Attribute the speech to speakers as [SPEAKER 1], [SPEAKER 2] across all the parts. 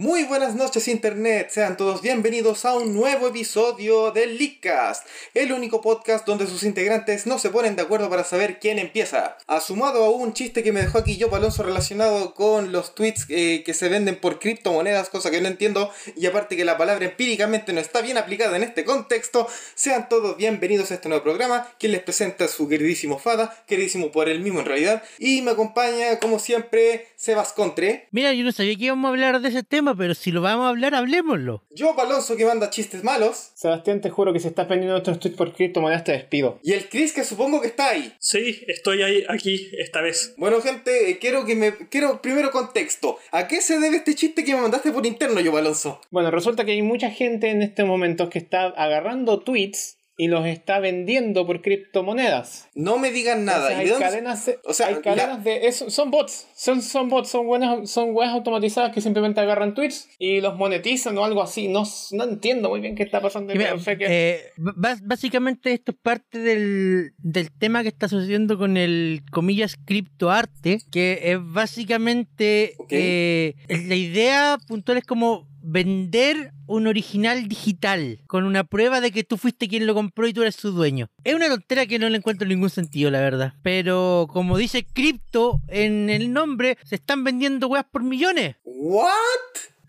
[SPEAKER 1] Muy buenas noches Internet, sean todos bienvenidos a un nuevo episodio del Leakcast, el único podcast donde sus integrantes no se ponen de acuerdo para saber quién empieza. Asumado a un chiste que me dejó aquí yo Alonso relacionado con los tweets eh, que se venden por criptomonedas, cosa que no entiendo, y aparte que la palabra empíricamente no está bien aplicada en este contexto, sean todos bienvenidos a este nuevo programa, quien les presenta a su queridísimo Fada, queridísimo por él mismo en realidad, y me acompaña como siempre Sebas Contre.
[SPEAKER 2] Mira, yo no sabía que íbamos a hablar de ese tema, pero si lo vamos a hablar, hablemoslo.
[SPEAKER 1] Yo, Palonso, que manda chistes malos.
[SPEAKER 3] Sebastián, te juro que si estás vendiendo nuestros tweets por criptomonedas te despido.
[SPEAKER 1] Y el Chris, que supongo que está ahí.
[SPEAKER 4] Sí, estoy ahí, aquí, esta vez.
[SPEAKER 1] Bueno, gente, eh, quiero que me. Quiero primero contexto. ¿A qué se debe este chiste que me mandaste por interno, yo, Palonso?
[SPEAKER 3] Bueno, resulta que hay mucha gente en este momento que está agarrando tweets y los está vendiendo por criptomonedas.
[SPEAKER 1] No me digan nada.
[SPEAKER 3] Entonces,
[SPEAKER 1] ¿Y de
[SPEAKER 3] hay
[SPEAKER 1] dónde-
[SPEAKER 3] cadenas, de-
[SPEAKER 1] o sea,
[SPEAKER 3] hay
[SPEAKER 1] la-
[SPEAKER 3] cadenas de... es- son bots, son, son bots, son buenas, son weas automatizadas que simplemente agarran tweets y los monetizan o algo así. No, s- no entiendo muy bien qué está pasando.
[SPEAKER 2] Y mira,
[SPEAKER 3] pero sé que-
[SPEAKER 2] eh, bas- básicamente esto es parte del, del tema que está sucediendo con el, comillas, criptoarte, que es básicamente
[SPEAKER 1] Ok.
[SPEAKER 2] eh, la idea puntual es como vender un original digital con una prueba de que tú fuiste quien lo compró y tú eres su dueño. Es una tontera que no le encuentro ningún sentido, la verdad. Pero como dice cripto en el nombre, se están vendiendo weas por millones.
[SPEAKER 1] ¿What?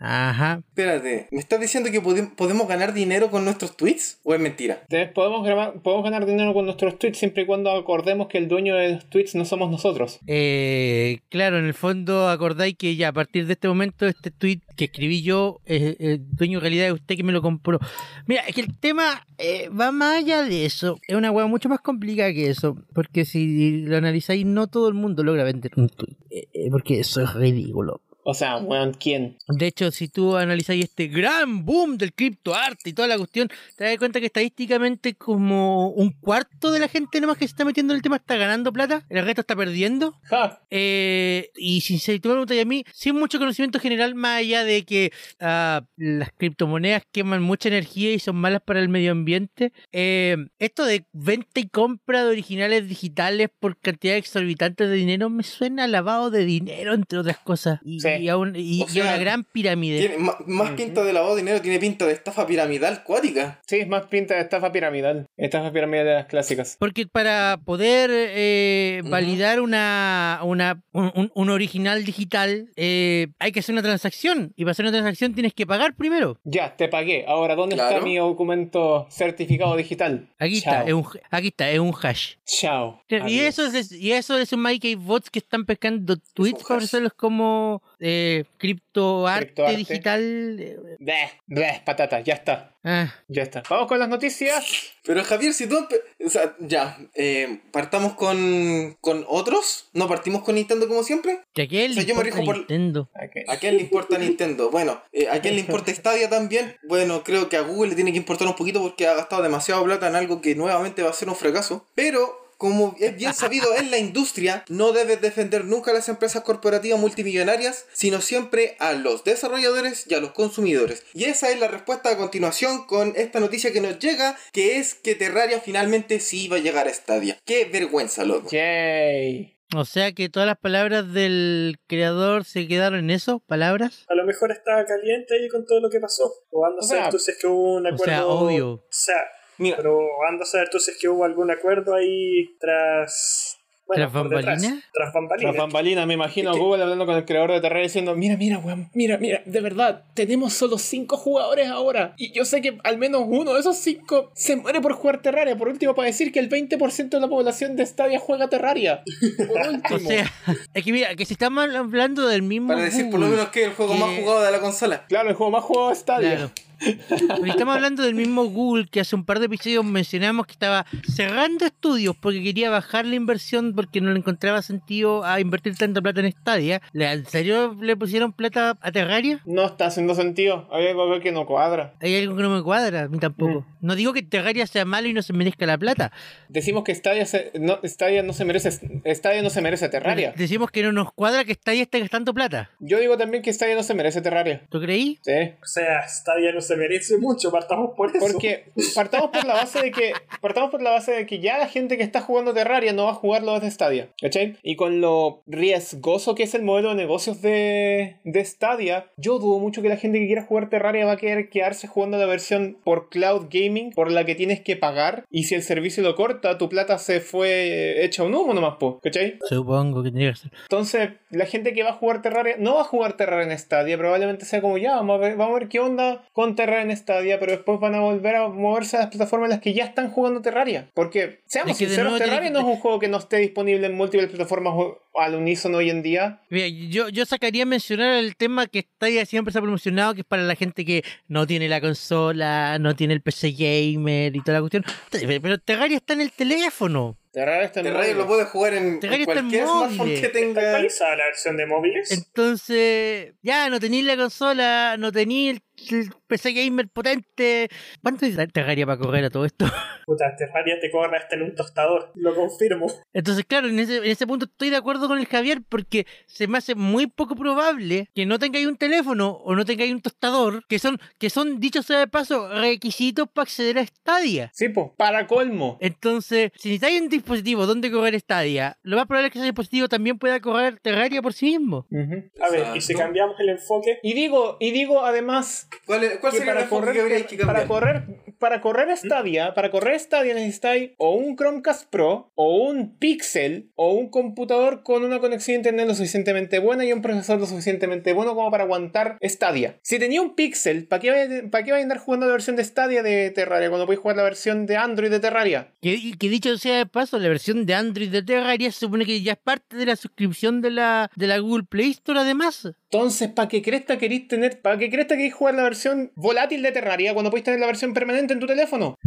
[SPEAKER 2] Ajá.
[SPEAKER 1] Espérate, ¿me estás diciendo que pode- podemos ganar dinero con nuestros tweets? ¿O es mentira?
[SPEAKER 3] Entonces, podemos, grabar- podemos ganar dinero con nuestros tweets siempre y cuando acordemos que el dueño de los tweets no somos nosotros.
[SPEAKER 2] Eh, claro, en el fondo acordáis que ya a partir de este momento este tweet que escribí yo, eh, eh, dueño en realidad es usted que me lo compró. Mira, es que el tema eh, va más allá de eso. Es una hueá mucho más complicada que eso, porque si lo analizáis no todo el mundo logra vender un tweet, eh, eh, porque eso es ridículo.
[SPEAKER 3] O sea, weón, ¿quién?
[SPEAKER 2] De hecho, si tú analizáis este gran boom del criptoarte y toda la cuestión, te das cuenta que estadísticamente como un cuarto de la gente nomás que se está metiendo en el tema está ganando plata, el resto está perdiendo.
[SPEAKER 3] Ja,
[SPEAKER 2] Eh, y sin ser tú me preguntas a mí, sin mucho conocimiento general, más allá de que ah, las criptomonedas queman mucha energía y son malas para el medio ambiente, eh, esto de venta y compra de originales digitales por cantidades exorbitantes de dinero me suena a lavado de dinero, entre otras cosas, y,
[SPEAKER 3] Sí.
[SPEAKER 2] y a, un- y-
[SPEAKER 1] O
[SPEAKER 2] y a
[SPEAKER 1] sea,
[SPEAKER 2] una gran pirámide.
[SPEAKER 1] Tiene ma- más
[SPEAKER 3] Ujú.
[SPEAKER 1] pinta de lavado de dinero, tiene pinta de estafa piramidal cuática.
[SPEAKER 3] Sí, es más pinta de estafa piramidal. Estafa piramidal de las clásicas.
[SPEAKER 2] Porque para poder eh,
[SPEAKER 1] Ujú.
[SPEAKER 2] validar una, una- un, un- un original digital eh, hay que hacer una transacción y para hacer una transacción tienes que pagar primero.
[SPEAKER 3] Ya, te pagué. Ahora, ¿dónde
[SPEAKER 1] Claro.
[SPEAKER 3] está mi documento certificado digital?
[SPEAKER 2] Aquí
[SPEAKER 3] Chao.
[SPEAKER 2] está, es un, aquí está, es un hash.
[SPEAKER 3] Chao.
[SPEAKER 2] eh, Y
[SPEAKER 3] Adiós.
[SPEAKER 2] eso, es, y eso es un Mike hay bots que están pescando tweets
[SPEAKER 1] hash.
[SPEAKER 2] para hacerlos como eh, criptoarte,
[SPEAKER 3] Criptoarte.
[SPEAKER 2] digital. eh,
[SPEAKER 3] Bleh, bleh, patata, ya está.
[SPEAKER 2] ah.
[SPEAKER 3] Ya está. Vamos con las noticias.
[SPEAKER 1] Pero Javier, si tú... empe- O sea, ya, eh, ¿partamos con, con otros? ¿No partimos con Nintendo como siempre?
[SPEAKER 2] ¿De qué
[SPEAKER 1] O sea, yo me rijo por-
[SPEAKER 2] Nintendo?
[SPEAKER 3] Ok.
[SPEAKER 1] ¿A quién le importa Nintendo? Bueno, eh, ¿a quién le importa Stadia también? Bueno, creo que a Google le tiene que importar un poquito porque ha gastado demasiado plata en algo que nuevamente va a ser un fracaso. Pero, como es bien sabido en la industria, no debes defender nunca a las empresas corporativas multimillonarias, sino siempre a los desarrolladores y a los consumidores. Y esa es la respuesta a continuación con esta noticia que nos llega, que es que Terraria finalmente sí va a llegar a Stadia. Qué vergüenza, loco.
[SPEAKER 3] Yay.
[SPEAKER 2] O sea que todas las palabras del creador se quedaron en eso, palabras.
[SPEAKER 4] A lo mejor estaba caliente ahí con todo lo que pasó. O anda a
[SPEAKER 3] O
[SPEAKER 4] saber
[SPEAKER 3] sea,
[SPEAKER 4] tú si es que hubo un
[SPEAKER 2] o
[SPEAKER 4] acuerdo.
[SPEAKER 2] sea, obvio.
[SPEAKER 4] O sea,
[SPEAKER 1] Mira,
[SPEAKER 4] pero anda a saber tú si es que hubo algún acuerdo ahí tras.
[SPEAKER 2] ¿Tras
[SPEAKER 4] por detrás.
[SPEAKER 2] bambalinas?
[SPEAKER 4] Tras
[SPEAKER 3] Las
[SPEAKER 4] bambalinas.
[SPEAKER 3] bambalinas, me imagino,
[SPEAKER 1] Es que-
[SPEAKER 3] Google hablando con el creador de Terraria diciendo, mira, mira, weón, mira, mira, de verdad, tenemos solo cinco jugadores ahora. Y yo sé que al menos uno de esos cinco se muere por jugar Terraria. Por último, para decir que el 20% de la población de Stadia juega Terraria. Por último.
[SPEAKER 2] O sea, es que mira, que si estamos hablando del mismo.
[SPEAKER 1] para decir por lo
[SPEAKER 2] Google,
[SPEAKER 1] menos que es el juego
[SPEAKER 2] que-
[SPEAKER 1] más jugado de la consola.
[SPEAKER 3] Claro, el juego más jugado es Stadia.
[SPEAKER 2] Claro. Pero estamos hablando del mismo Google que hace un par de episodios mencionamos que estaba cerrando estudios porque quería bajar la inversión porque no le encontraba sentido a invertir tanta plata en Stadia. ¿Le- ¿En serio le pusieron plata a Terraria?
[SPEAKER 3] No está haciendo sentido. Hay algo que no cuadra.
[SPEAKER 2] Hay algo que no me cuadra, a mí tampoco. No digo que Terraria sea malo y no se merezca la plata.
[SPEAKER 3] Decimos que Stadia, se- no, Stadia no se merece Stadia no se merece Terraria.
[SPEAKER 2] Decimos que no nos cuadra que Stadia esté gastando plata.
[SPEAKER 3] Yo digo también que Stadia no se merece Terraria.
[SPEAKER 2] ¿Tú creí?
[SPEAKER 3] Sí.
[SPEAKER 4] O sea, Stadia no se se merece mucho, partamos por eso.
[SPEAKER 3] Porque partamos por la base de que partamos por la base de que ya la gente que está jugando Terraria no va a jugarlo desde Stadia, ¿cachai? Y con lo riesgoso que es el modelo de negocios de, de Stadia, yo dudo mucho que la gente que quiera jugar Terraria va a querer quedarse jugando la versión por cloud gaming por la que tienes que pagar y si el servicio lo corta, tu plata se fue eh, hecha un humo nomás, po, ¿cachai?
[SPEAKER 2] Supongo que tendría que ser.
[SPEAKER 3] Entonces, la gente que va a jugar Terraria no va a jugar Terraria en Stadia, probablemente sea como ya, vamos a ver, vamos a ver qué onda con Terraria en Stadia, pero después van a volver a moverse a las plataformas en las que ya están jugando Terraria. Porque, seamos
[SPEAKER 2] Es que de
[SPEAKER 3] sinceros,
[SPEAKER 2] nuevo tiene
[SPEAKER 3] Terraria
[SPEAKER 2] que-
[SPEAKER 3] no es un juego que no esté disponible en múltiples plataformas o- al unísono hoy en día.
[SPEAKER 2] Mira, yo, yo sacaría mencionar el tema que está ya siempre se ha promocionado, que es para la gente que no tiene la consola, no tiene el PC gamer y toda la cuestión. Pero Terraria está en el teléfono.
[SPEAKER 3] Terraria está en
[SPEAKER 2] Este
[SPEAKER 1] Terraria
[SPEAKER 3] móvil.
[SPEAKER 1] lo puedes jugar en,
[SPEAKER 2] Terraria
[SPEAKER 1] en
[SPEAKER 2] Este está en Este
[SPEAKER 1] cualquier smartphone
[SPEAKER 2] móviles.
[SPEAKER 1] que
[SPEAKER 4] ¿Está
[SPEAKER 1] tenga.
[SPEAKER 4] actualizada la versión de móviles?
[SPEAKER 2] Entonces, ya, no tenéis la consola, no tenéis el, el PC gamer potente. ¿Cuánto Terraria para correr a todo esto?
[SPEAKER 4] Puta, Terraria te corre hasta en un tostador, lo confirmo.
[SPEAKER 2] Entonces, claro, en ese, en ese punto estoy de acuerdo con el Javier porque se me hace muy poco probable que no tengáis un teléfono o no tengáis un tostador, que son, que son, dicho sea de paso, requisitos para acceder a Stadia.
[SPEAKER 3] Sí, pues, para colmo.
[SPEAKER 2] Entonces, si necesitáis un dispositivo donde correr Stadia, lo más probable es que ese dispositivo también pueda correr Terraria por sí mismo.
[SPEAKER 3] Ujú.
[SPEAKER 4] A ver, y si
[SPEAKER 1] Exacto.
[SPEAKER 4] cambiamos el enfoque,
[SPEAKER 3] Y digo, y digo además,
[SPEAKER 1] ¿Cuál, es- cuál
[SPEAKER 3] que
[SPEAKER 1] sería el
[SPEAKER 3] para
[SPEAKER 1] enfoque que habría
[SPEAKER 3] correr,
[SPEAKER 1] que
[SPEAKER 3] para
[SPEAKER 1] cambiar?
[SPEAKER 3] correr para correr Stadia, para correr Stadia necesitáis o un Chromecast Pro o un Pixel o un computador con una conexión a internet lo suficientemente buena y un procesador lo suficientemente bueno como para aguantar Stadia. Si tenía un Pixel, ¿para qué vais a andar jugando la versión de Stadia de Terraria cuando podéis jugar la versión de Android de Terraria?
[SPEAKER 2] Que, y que dicho sea de paso, la versión de Android de Terraria se supone que ya es parte de la suscripción de la, de la Google Play Store además.
[SPEAKER 3] Entonces, ¿para qué cresta queréis tener, para qué cresta queréis jugar la versión volátil de Terraria cuando podéis tener la versión permanente en tu teléfono?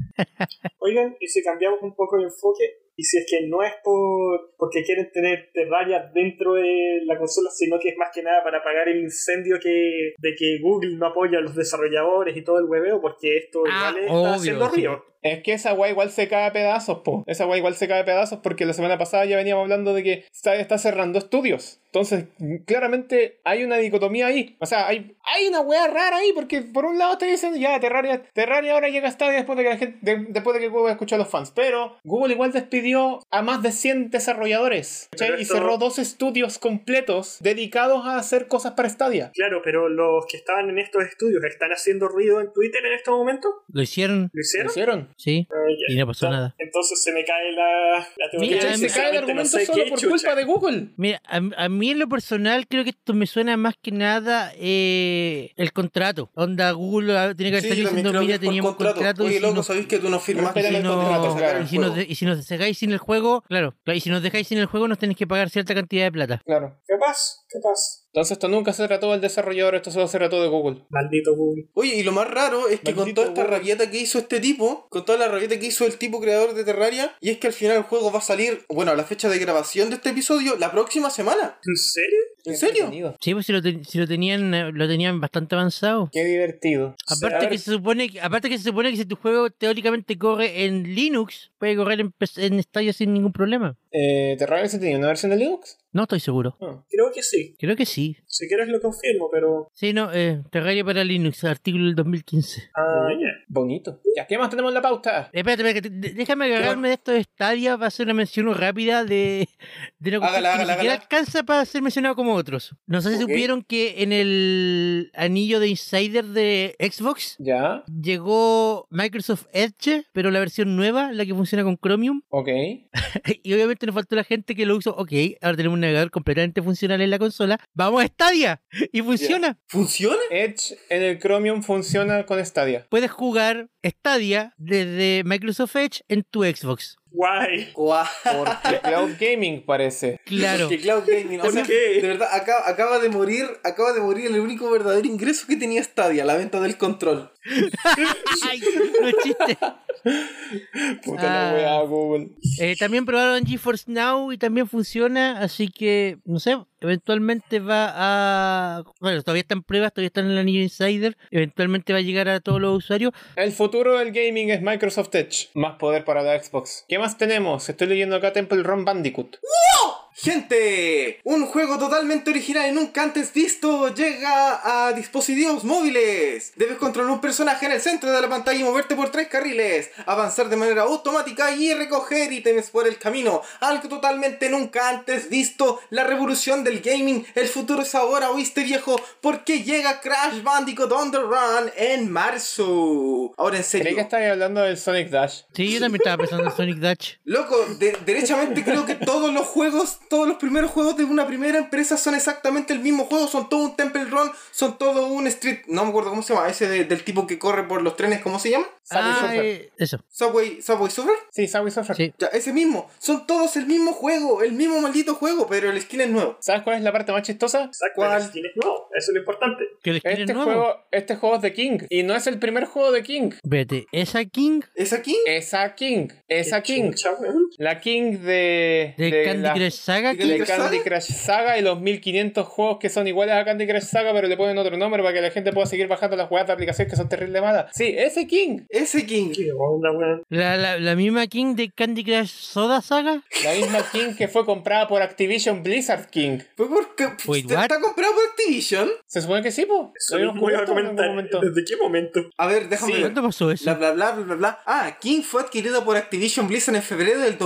[SPEAKER 4] oigan, y si cambiamos un poco el enfoque, y si es que no es por porque quieren tener Terraria dentro de la consola, sino que es más que nada para apagar el incendio que de que Google no apoya a los desarrolladores y todo el hueveo, porque esto
[SPEAKER 2] Ah,
[SPEAKER 4] igual está
[SPEAKER 2] obvio,
[SPEAKER 4] haciendo
[SPEAKER 2] sí.
[SPEAKER 4] río.
[SPEAKER 3] Es que esa weá igual se cae a pedazos, po. Esa weá igual se cae a pedazos porque la semana pasada ya veníamos hablando de que Stadia está cerrando estudios. Entonces, claramente hay una dicotomía ahí. O sea, hay, hay una weá rara ahí porque por un lado te dicen, ya, Terraria, Terraria ahora llega a Stadia después de que la gente, de- después de que Google escuchó a los fans. Pero Google igual despidió a más de 100 desarrolladores. ¿cachai?
[SPEAKER 4] Pero
[SPEAKER 3] Y
[SPEAKER 4] esto-
[SPEAKER 3] cerró dos estudios completos dedicados a hacer cosas para Stadia.
[SPEAKER 4] Claro, pero los que estaban en estos estudios están haciendo ruido en Twitter en estos momentos.
[SPEAKER 2] ¿Lo hicieron?
[SPEAKER 4] ¿Lo
[SPEAKER 3] ¿Lo
[SPEAKER 4] hicieron?
[SPEAKER 3] hicieron?
[SPEAKER 2] Sí.
[SPEAKER 4] Ah, ya.
[SPEAKER 2] Y no pasó nada.
[SPEAKER 4] Entonces se me cae la, la teoría. y
[SPEAKER 2] Mira,
[SPEAKER 3] Se cae el
[SPEAKER 4] sinceramente
[SPEAKER 3] argumento
[SPEAKER 4] no sé
[SPEAKER 3] solo
[SPEAKER 4] qué
[SPEAKER 3] por
[SPEAKER 4] chucha.
[SPEAKER 3] culpa de Google.
[SPEAKER 2] Mira, a, a mí en lo personal creo que esto me suena más que nada eh, el contrato. Onda Google ah, tiene que haber
[SPEAKER 1] Sí, yo
[SPEAKER 2] salido
[SPEAKER 1] también creo
[SPEAKER 2] diciendo,
[SPEAKER 1] que
[SPEAKER 2] mira,
[SPEAKER 1] es por
[SPEAKER 2] teníamos un
[SPEAKER 1] contrato.
[SPEAKER 2] contrato y
[SPEAKER 1] Oye,
[SPEAKER 2] si
[SPEAKER 1] loco,
[SPEAKER 2] nos-
[SPEAKER 1] sabéis que tú no firmaste
[SPEAKER 3] Espérale
[SPEAKER 1] el
[SPEAKER 3] el
[SPEAKER 1] contrato para
[SPEAKER 3] contrato,
[SPEAKER 1] sacar el
[SPEAKER 3] claro.
[SPEAKER 2] y si nos
[SPEAKER 1] juego.
[SPEAKER 2] de- y si nos dejáis sin el juego, claro, claro, y si nos dejáis sin el juego nos tenéis que pagar cierta cantidad de plata.
[SPEAKER 3] Claro.
[SPEAKER 4] Capaz, capaz.
[SPEAKER 3] Entonces esto nunca se trató del desarrollador, esto solo se trató de Google.
[SPEAKER 4] Maldito Google.
[SPEAKER 1] Oye, y lo más raro es que con
[SPEAKER 3] Maldito
[SPEAKER 1] toda esta
[SPEAKER 3] Google.
[SPEAKER 1] rabieta que hizo este tipo, con toda la rabieta que hizo el tipo creador de Terraria, y es que al final el juego va a salir, bueno, a la fecha de grabación de este episodio, la próxima semana.
[SPEAKER 4] ¿En serio?
[SPEAKER 1] ¿En serio?
[SPEAKER 2] Sí, pues si lo, ten- si lo tenían eh, lo tenían bastante avanzado.
[SPEAKER 3] Qué divertido.
[SPEAKER 2] Aparte que, se supone que, aparte que se supone que si tu juego teóricamente corre en Linux, puede correr en, PC en Stadia sin ningún problema.
[SPEAKER 3] Eh, ¿Terraria se tenía una versión de Linux?
[SPEAKER 2] No estoy seguro.
[SPEAKER 3] Ah.
[SPEAKER 4] Creo que sí.
[SPEAKER 2] Creo que sí.
[SPEAKER 4] Si quieres lo confirmo, pero.
[SPEAKER 2] Sí, no, eh, Terraria para Linux, artículo del 2015.
[SPEAKER 4] Ah,
[SPEAKER 3] Mm.
[SPEAKER 4] ya.
[SPEAKER 3] Bonito. Ya, ¿qué más tenemos en la pauta?
[SPEAKER 2] Espérate, espérate, de- déjame agarrarme de esto de Stadia para hacer una mención rápida de, de una cuestión
[SPEAKER 1] Hágala, hágala,
[SPEAKER 2] que ni siquiera
[SPEAKER 1] hágala.
[SPEAKER 2] alcanza para ser mencionado como otros. No sé si
[SPEAKER 1] Ok.
[SPEAKER 2] supieron que en el anillo de Insider de Xbox
[SPEAKER 3] Ya,
[SPEAKER 2] llegó Microsoft Edge, pero la versión nueva, la que funciona con Chromium.
[SPEAKER 3] ok.
[SPEAKER 2] Y obviamente nos faltó la gente que lo usó. Ok, ahora tenemos un navegador completamente funcional en la consola. ¡Vamos a Stadia! Y funciona.
[SPEAKER 1] ¿Funciona?
[SPEAKER 3] Edge en el Chromium funciona con Stadia.
[SPEAKER 2] Puedes jugar Stadia desde Microsoft Edge en tu Xbox.
[SPEAKER 4] Guay.
[SPEAKER 1] Guau.
[SPEAKER 3] Por Cloud Gaming parece.
[SPEAKER 2] Claro.
[SPEAKER 1] Porque Cloud Gaming, o
[SPEAKER 4] ¿Por
[SPEAKER 1] sea,
[SPEAKER 4] qué?
[SPEAKER 1] de verdad, acá- acaba de morir, acaba de morir el único verdadero ingreso que tenía Stadia, la venta del control.
[SPEAKER 2] Ay, no es chiste.
[SPEAKER 3] Puta la
[SPEAKER 2] Ah.
[SPEAKER 3] weá, Google.
[SPEAKER 2] Eh, también probaron GeForce Now y también funciona, así que, no sé, eventualmente va a... Bueno, todavía están pruebas, todavía están en el anillo Insider, eventualmente va a llegar a todos los usuarios.
[SPEAKER 3] El futuro del gaming es Microsoft Edge. Más poder para la Xbox. ¿Qué más tenemos? Estoy leyendo acá Temple Run Bandicoot.
[SPEAKER 1] Gente, un juego totalmente original y nunca antes visto llega a dispositivos móviles. Debes controlar un personaje en el centro de la pantalla y moverte por tres carriles, avanzar de manera automática y recoger ítems por el camino. Algo totalmente nunca antes visto. La revolución del gaming, el futuro es ahora, oíste viejo, porque llega Crash Bandicoot on the Run en marzo. Ahora en
[SPEAKER 3] Creí
[SPEAKER 1] serio.
[SPEAKER 3] que estabas hablando del Sonic Dash.
[SPEAKER 2] Sí, yo también estaba pensando en Sonic Dash.
[SPEAKER 1] Loco, de- derechamente creo que todos los juegos, todos los primeros juegos de una primera empresa son exactamente el mismo juego, son todo un Temple Run, son todo un Street, no me acuerdo cómo se llama, ese de- del tipo que corre por los trenes, ¿cómo se llama?
[SPEAKER 3] Subway
[SPEAKER 2] Ah,
[SPEAKER 3] Surfer.
[SPEAKER 2] eh, eso.
[SPEAKER 1] Subway, Subway Surfer,
[SPEAKER 3] Sí, Subway Surfer.
[SPEAKER 2] Sí.
[SPEAKER 1] ya, ese mismo, son todos el mismo juego, el mismo maldito juego, pero el skin es nuevo.
[SPEAKER 3] ¿Sabes cuál es la parte más chistosa?
[SPEAKER 4] Exacto,
[SPEAKER 1] ¿Cuál?
[SPEAKER 4] las skins no, eso es lo importante.
[SPEAKER 2] Que le escriben
[SPEAKER 3] Este
[SPEAKER 2] nuevo.
[SPEAKER 3] juego, este juego es de King. Y no es el primer juego de King.
[SPEAKER 2] Vete, esa King
[SPEAKER 1] ¿Es aquí?
[SPEAKER 3] Es a King. Es a King.
[SPEAKER 4] Chucha, weón.
[SPEAKER 3] La King de.
[SPEAKER 2] de,
[SPEAKER 3] de
[SPEAKER 2] Candy
[SPEAKER 3] la-
[SPEAKER 2] Crush Saga.
[SPEAKER 1] de
[SPEAKER 2] King.
[SPEAKER 3] de
[SPEAKER 1] Crush
[SPEAKER 3] Candy
[SPEAKER 1] Saga?
[SPEAKER 3] Crush Saga y los 1500 juegos que son iguales a Candy Crush Saga, pero le ponen otro nombre para que la gente pueda seguir bajando las weas de aplicaciones que son terribles malas. Sí, ese King.
[SPEAKER 1] Ese King.
[SPEAKER 4] Qué onda, weón.
[SPEAKER 2] La, la, la misma King de Candy Crush Soda Saga.
[SPEAKER 3] La misma King que fue comprada por Activision Blizzard King.
[SPEAKER 1] Fue porque
[SPEAKER 2] Wait,
[SPEAKER 1] ¿te-
[SPEAKER 2] what?
[SPEAKER 1] está comprado por Activision.
[SPEAKER 3] ¿Se supone que sí, po?
[SPEAKER 4] Eso
[SPEAKER 3] Lo
[SPEAKER 4] mismo
[SPEAKER 3] habíamos
[SPEAKER 4] iba a
[SPEAKER 3] comentado en algún
[SPEAKER 4] comentar.
[SPEAKER 3] momento.
[SPEAKER 4] ¿Desde qué momento?
[SPEAKER 1] A ver, déjame
[SPEAKER 3] Sí.
[SPEAKER 1] ver.
[SPEAKER 2] ¿Cuándo pasó eso?
[SPEAKER 1] Bla bla bla bla bla bla. Ah, King fue adquirido por Activision Blizzard en febrero del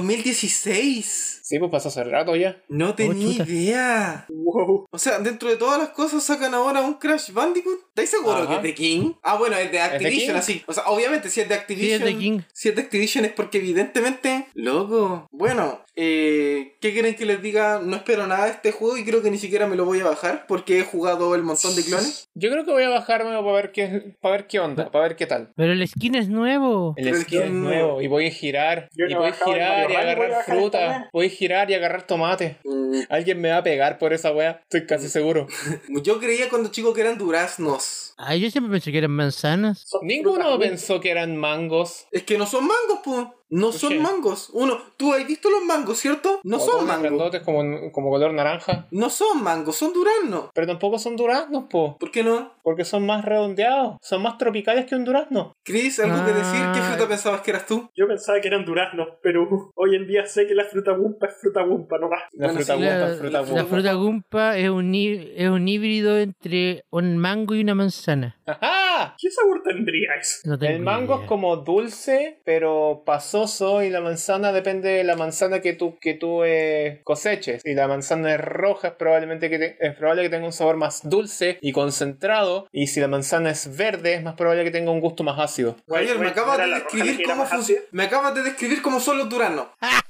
[SPEAKER 1] 2016.
[SPEAKER 3] Sí, pues pasó hace rato ya.
[SPEAKER 1] No tenía
[SPEAKER 2] chuta.
[SPEAKER 1] idea.
[SPEAKER 4] Wow.
[SPEAKER 1] O sea, dentro de todas las cosas sacan ahora un Crash Bandicoot. ¿Estáis seguro
[SPEAKER 3] Ajá.
[SPEAKER 1] que es de King? Ah, bueno, es de Activision,
[SPEAKER 3] King?
[SPEAKER 1] así. O sea, obviamente si es de Activision.
[SPEAKER 2] Sí, es de King.
[SPEAKER 1] Si es de Activision es porque evidentemente. Loco. Bueno, eh, ¿qué quieren que les diga? No espero nada de este juego y creo que ni siquiera me lo voy a bajar porque he jugado el montón de clones.
[SPEAKER 3] Yo creo que voy a bajarme para ver qué, para ver qué onda, para ver qué tal.
[SPEAKER 2] Pero el skin es nuevo.
[SPEAKER 3] El
[SPEAKER 1] Pero es
[SPEAKER 3] skin
[SPEAKER 1] que
[SPEAKER 3] es
[SPEAKER 1] no.
[SPEAKER 3] nuevo y voy a girar.
[SPEAKER 4] Yo
[SPEAKER 3] y
[SPEAKER 4] no
[SPEAKER 3] voy a
[SPEAKER 4] bajaba el Mario
[SPEAKER 3] girar y
[SPEAKER 4] Run, voy a
[SPEAKER 3] agarrar
[SPEAKER 4] bajar esta
[SPEAKER 3] fruta.
[SPEAKER 4] wea.
[SPEAKER 3] Voy a girar y agarrar tomate.
[SPEAKER 1] Mm,
[SPEAKER 3] Alguien me va a pegar por esa wea, estoy casi seguro.
[SPEAKER 1] yo creía cuando chico que eran duraznos.
[SPEAKER 2] Ah, yo siempre pensé que eran manzanas.
[SPEAKER 4] Son
[SPEAKER 3] Ninguno
[SPEAKER 4] frutas, weón.
[SPEAKER 3] pensó que eran mangos.
[SPEAKER 1] Es que no son mangos, po. No son
[SPEAKER 3] Oye.
[SPEAKER 1] mangos. Uno, tú has visto los mangos, ¿cierto? No
[SPEAKER 3] O
[SPEAKER 1] son
[SPEAKER 3] todos
[SPEAKER 1] mangos.
[SPEAKER 3] grandotes como, como color naranja.
[SPEAKER 1] No son mangos, son duraznos.
[SPEAKER 3] Pero tampoco son duraznos, po.
[SPEAKER 1] ¿Por qué no?
[SPEAKER 3] Porque son más redondeados. Son más tropicales que un durazno.
[SPEAKER 1] Chris, ¿algo que decir? ¿Qué
[SPEAKER 2] Ah.
[SPEAKER 1] fruta pensabas que eras tú?
[SPEAKER 4] Yo pensaba que eran duraznos, pero uh, hoy en día sé que la fruta wumpa es fruta wumpa nomás.
[SPEAKER 3] La
[SPEAKER 1] Bueno,
[SPEAKER 3] fruta
[SPEAKER 1] sí,
[SPEAKER 3] gumpa,
[SPEAKER 2] la,
[SPEAKER 3] fruta
[SPEAKER 1] la
[SPEAKER 2] la
[SPEAKER 3] gumpa.
[SPEAKER 2] fruta gumpa es un, hí- es un híbrido entre un mango y una manzana.
[SPEAKER 3] ¡Ajá!
[SPEAKER 4] ¿Qué sabor tendría eso?
[SPEAKER 2] No tengo
[SPEAKER 3] El mango
[SPEAKER 2] idea.
[SPEAKER 3] es como dulce, pero pasoso y la manzana depende de la manzana que tú, que tú eh, coseches. Y la manzana es roja, es, probablemente que te- es probable que tenga un sabor más dulce y concentrado. Y si la manzana es verde, es más probable que tenga un gusto más ácido.
[SPEAKER 1] Javier, me
[SPEAKER 4] Wait,
[SPEAKER 1] acabas
[SPEAKER 4] ¿no
[SPEAKER 1] de
[SPEAKER 4] era la roja la que
[SPEAKER 1] describir
[SPEAKER 4] era
[SPEAKER 1] cómo
[SPEAKER 4] más
[SPEAKER 1] fun-
[SPEAKER 4] ácida?
[SPEAKER 1] Me acabas de describir cómo son los duraznos.
[SPEAKER 3] ¡Ajá!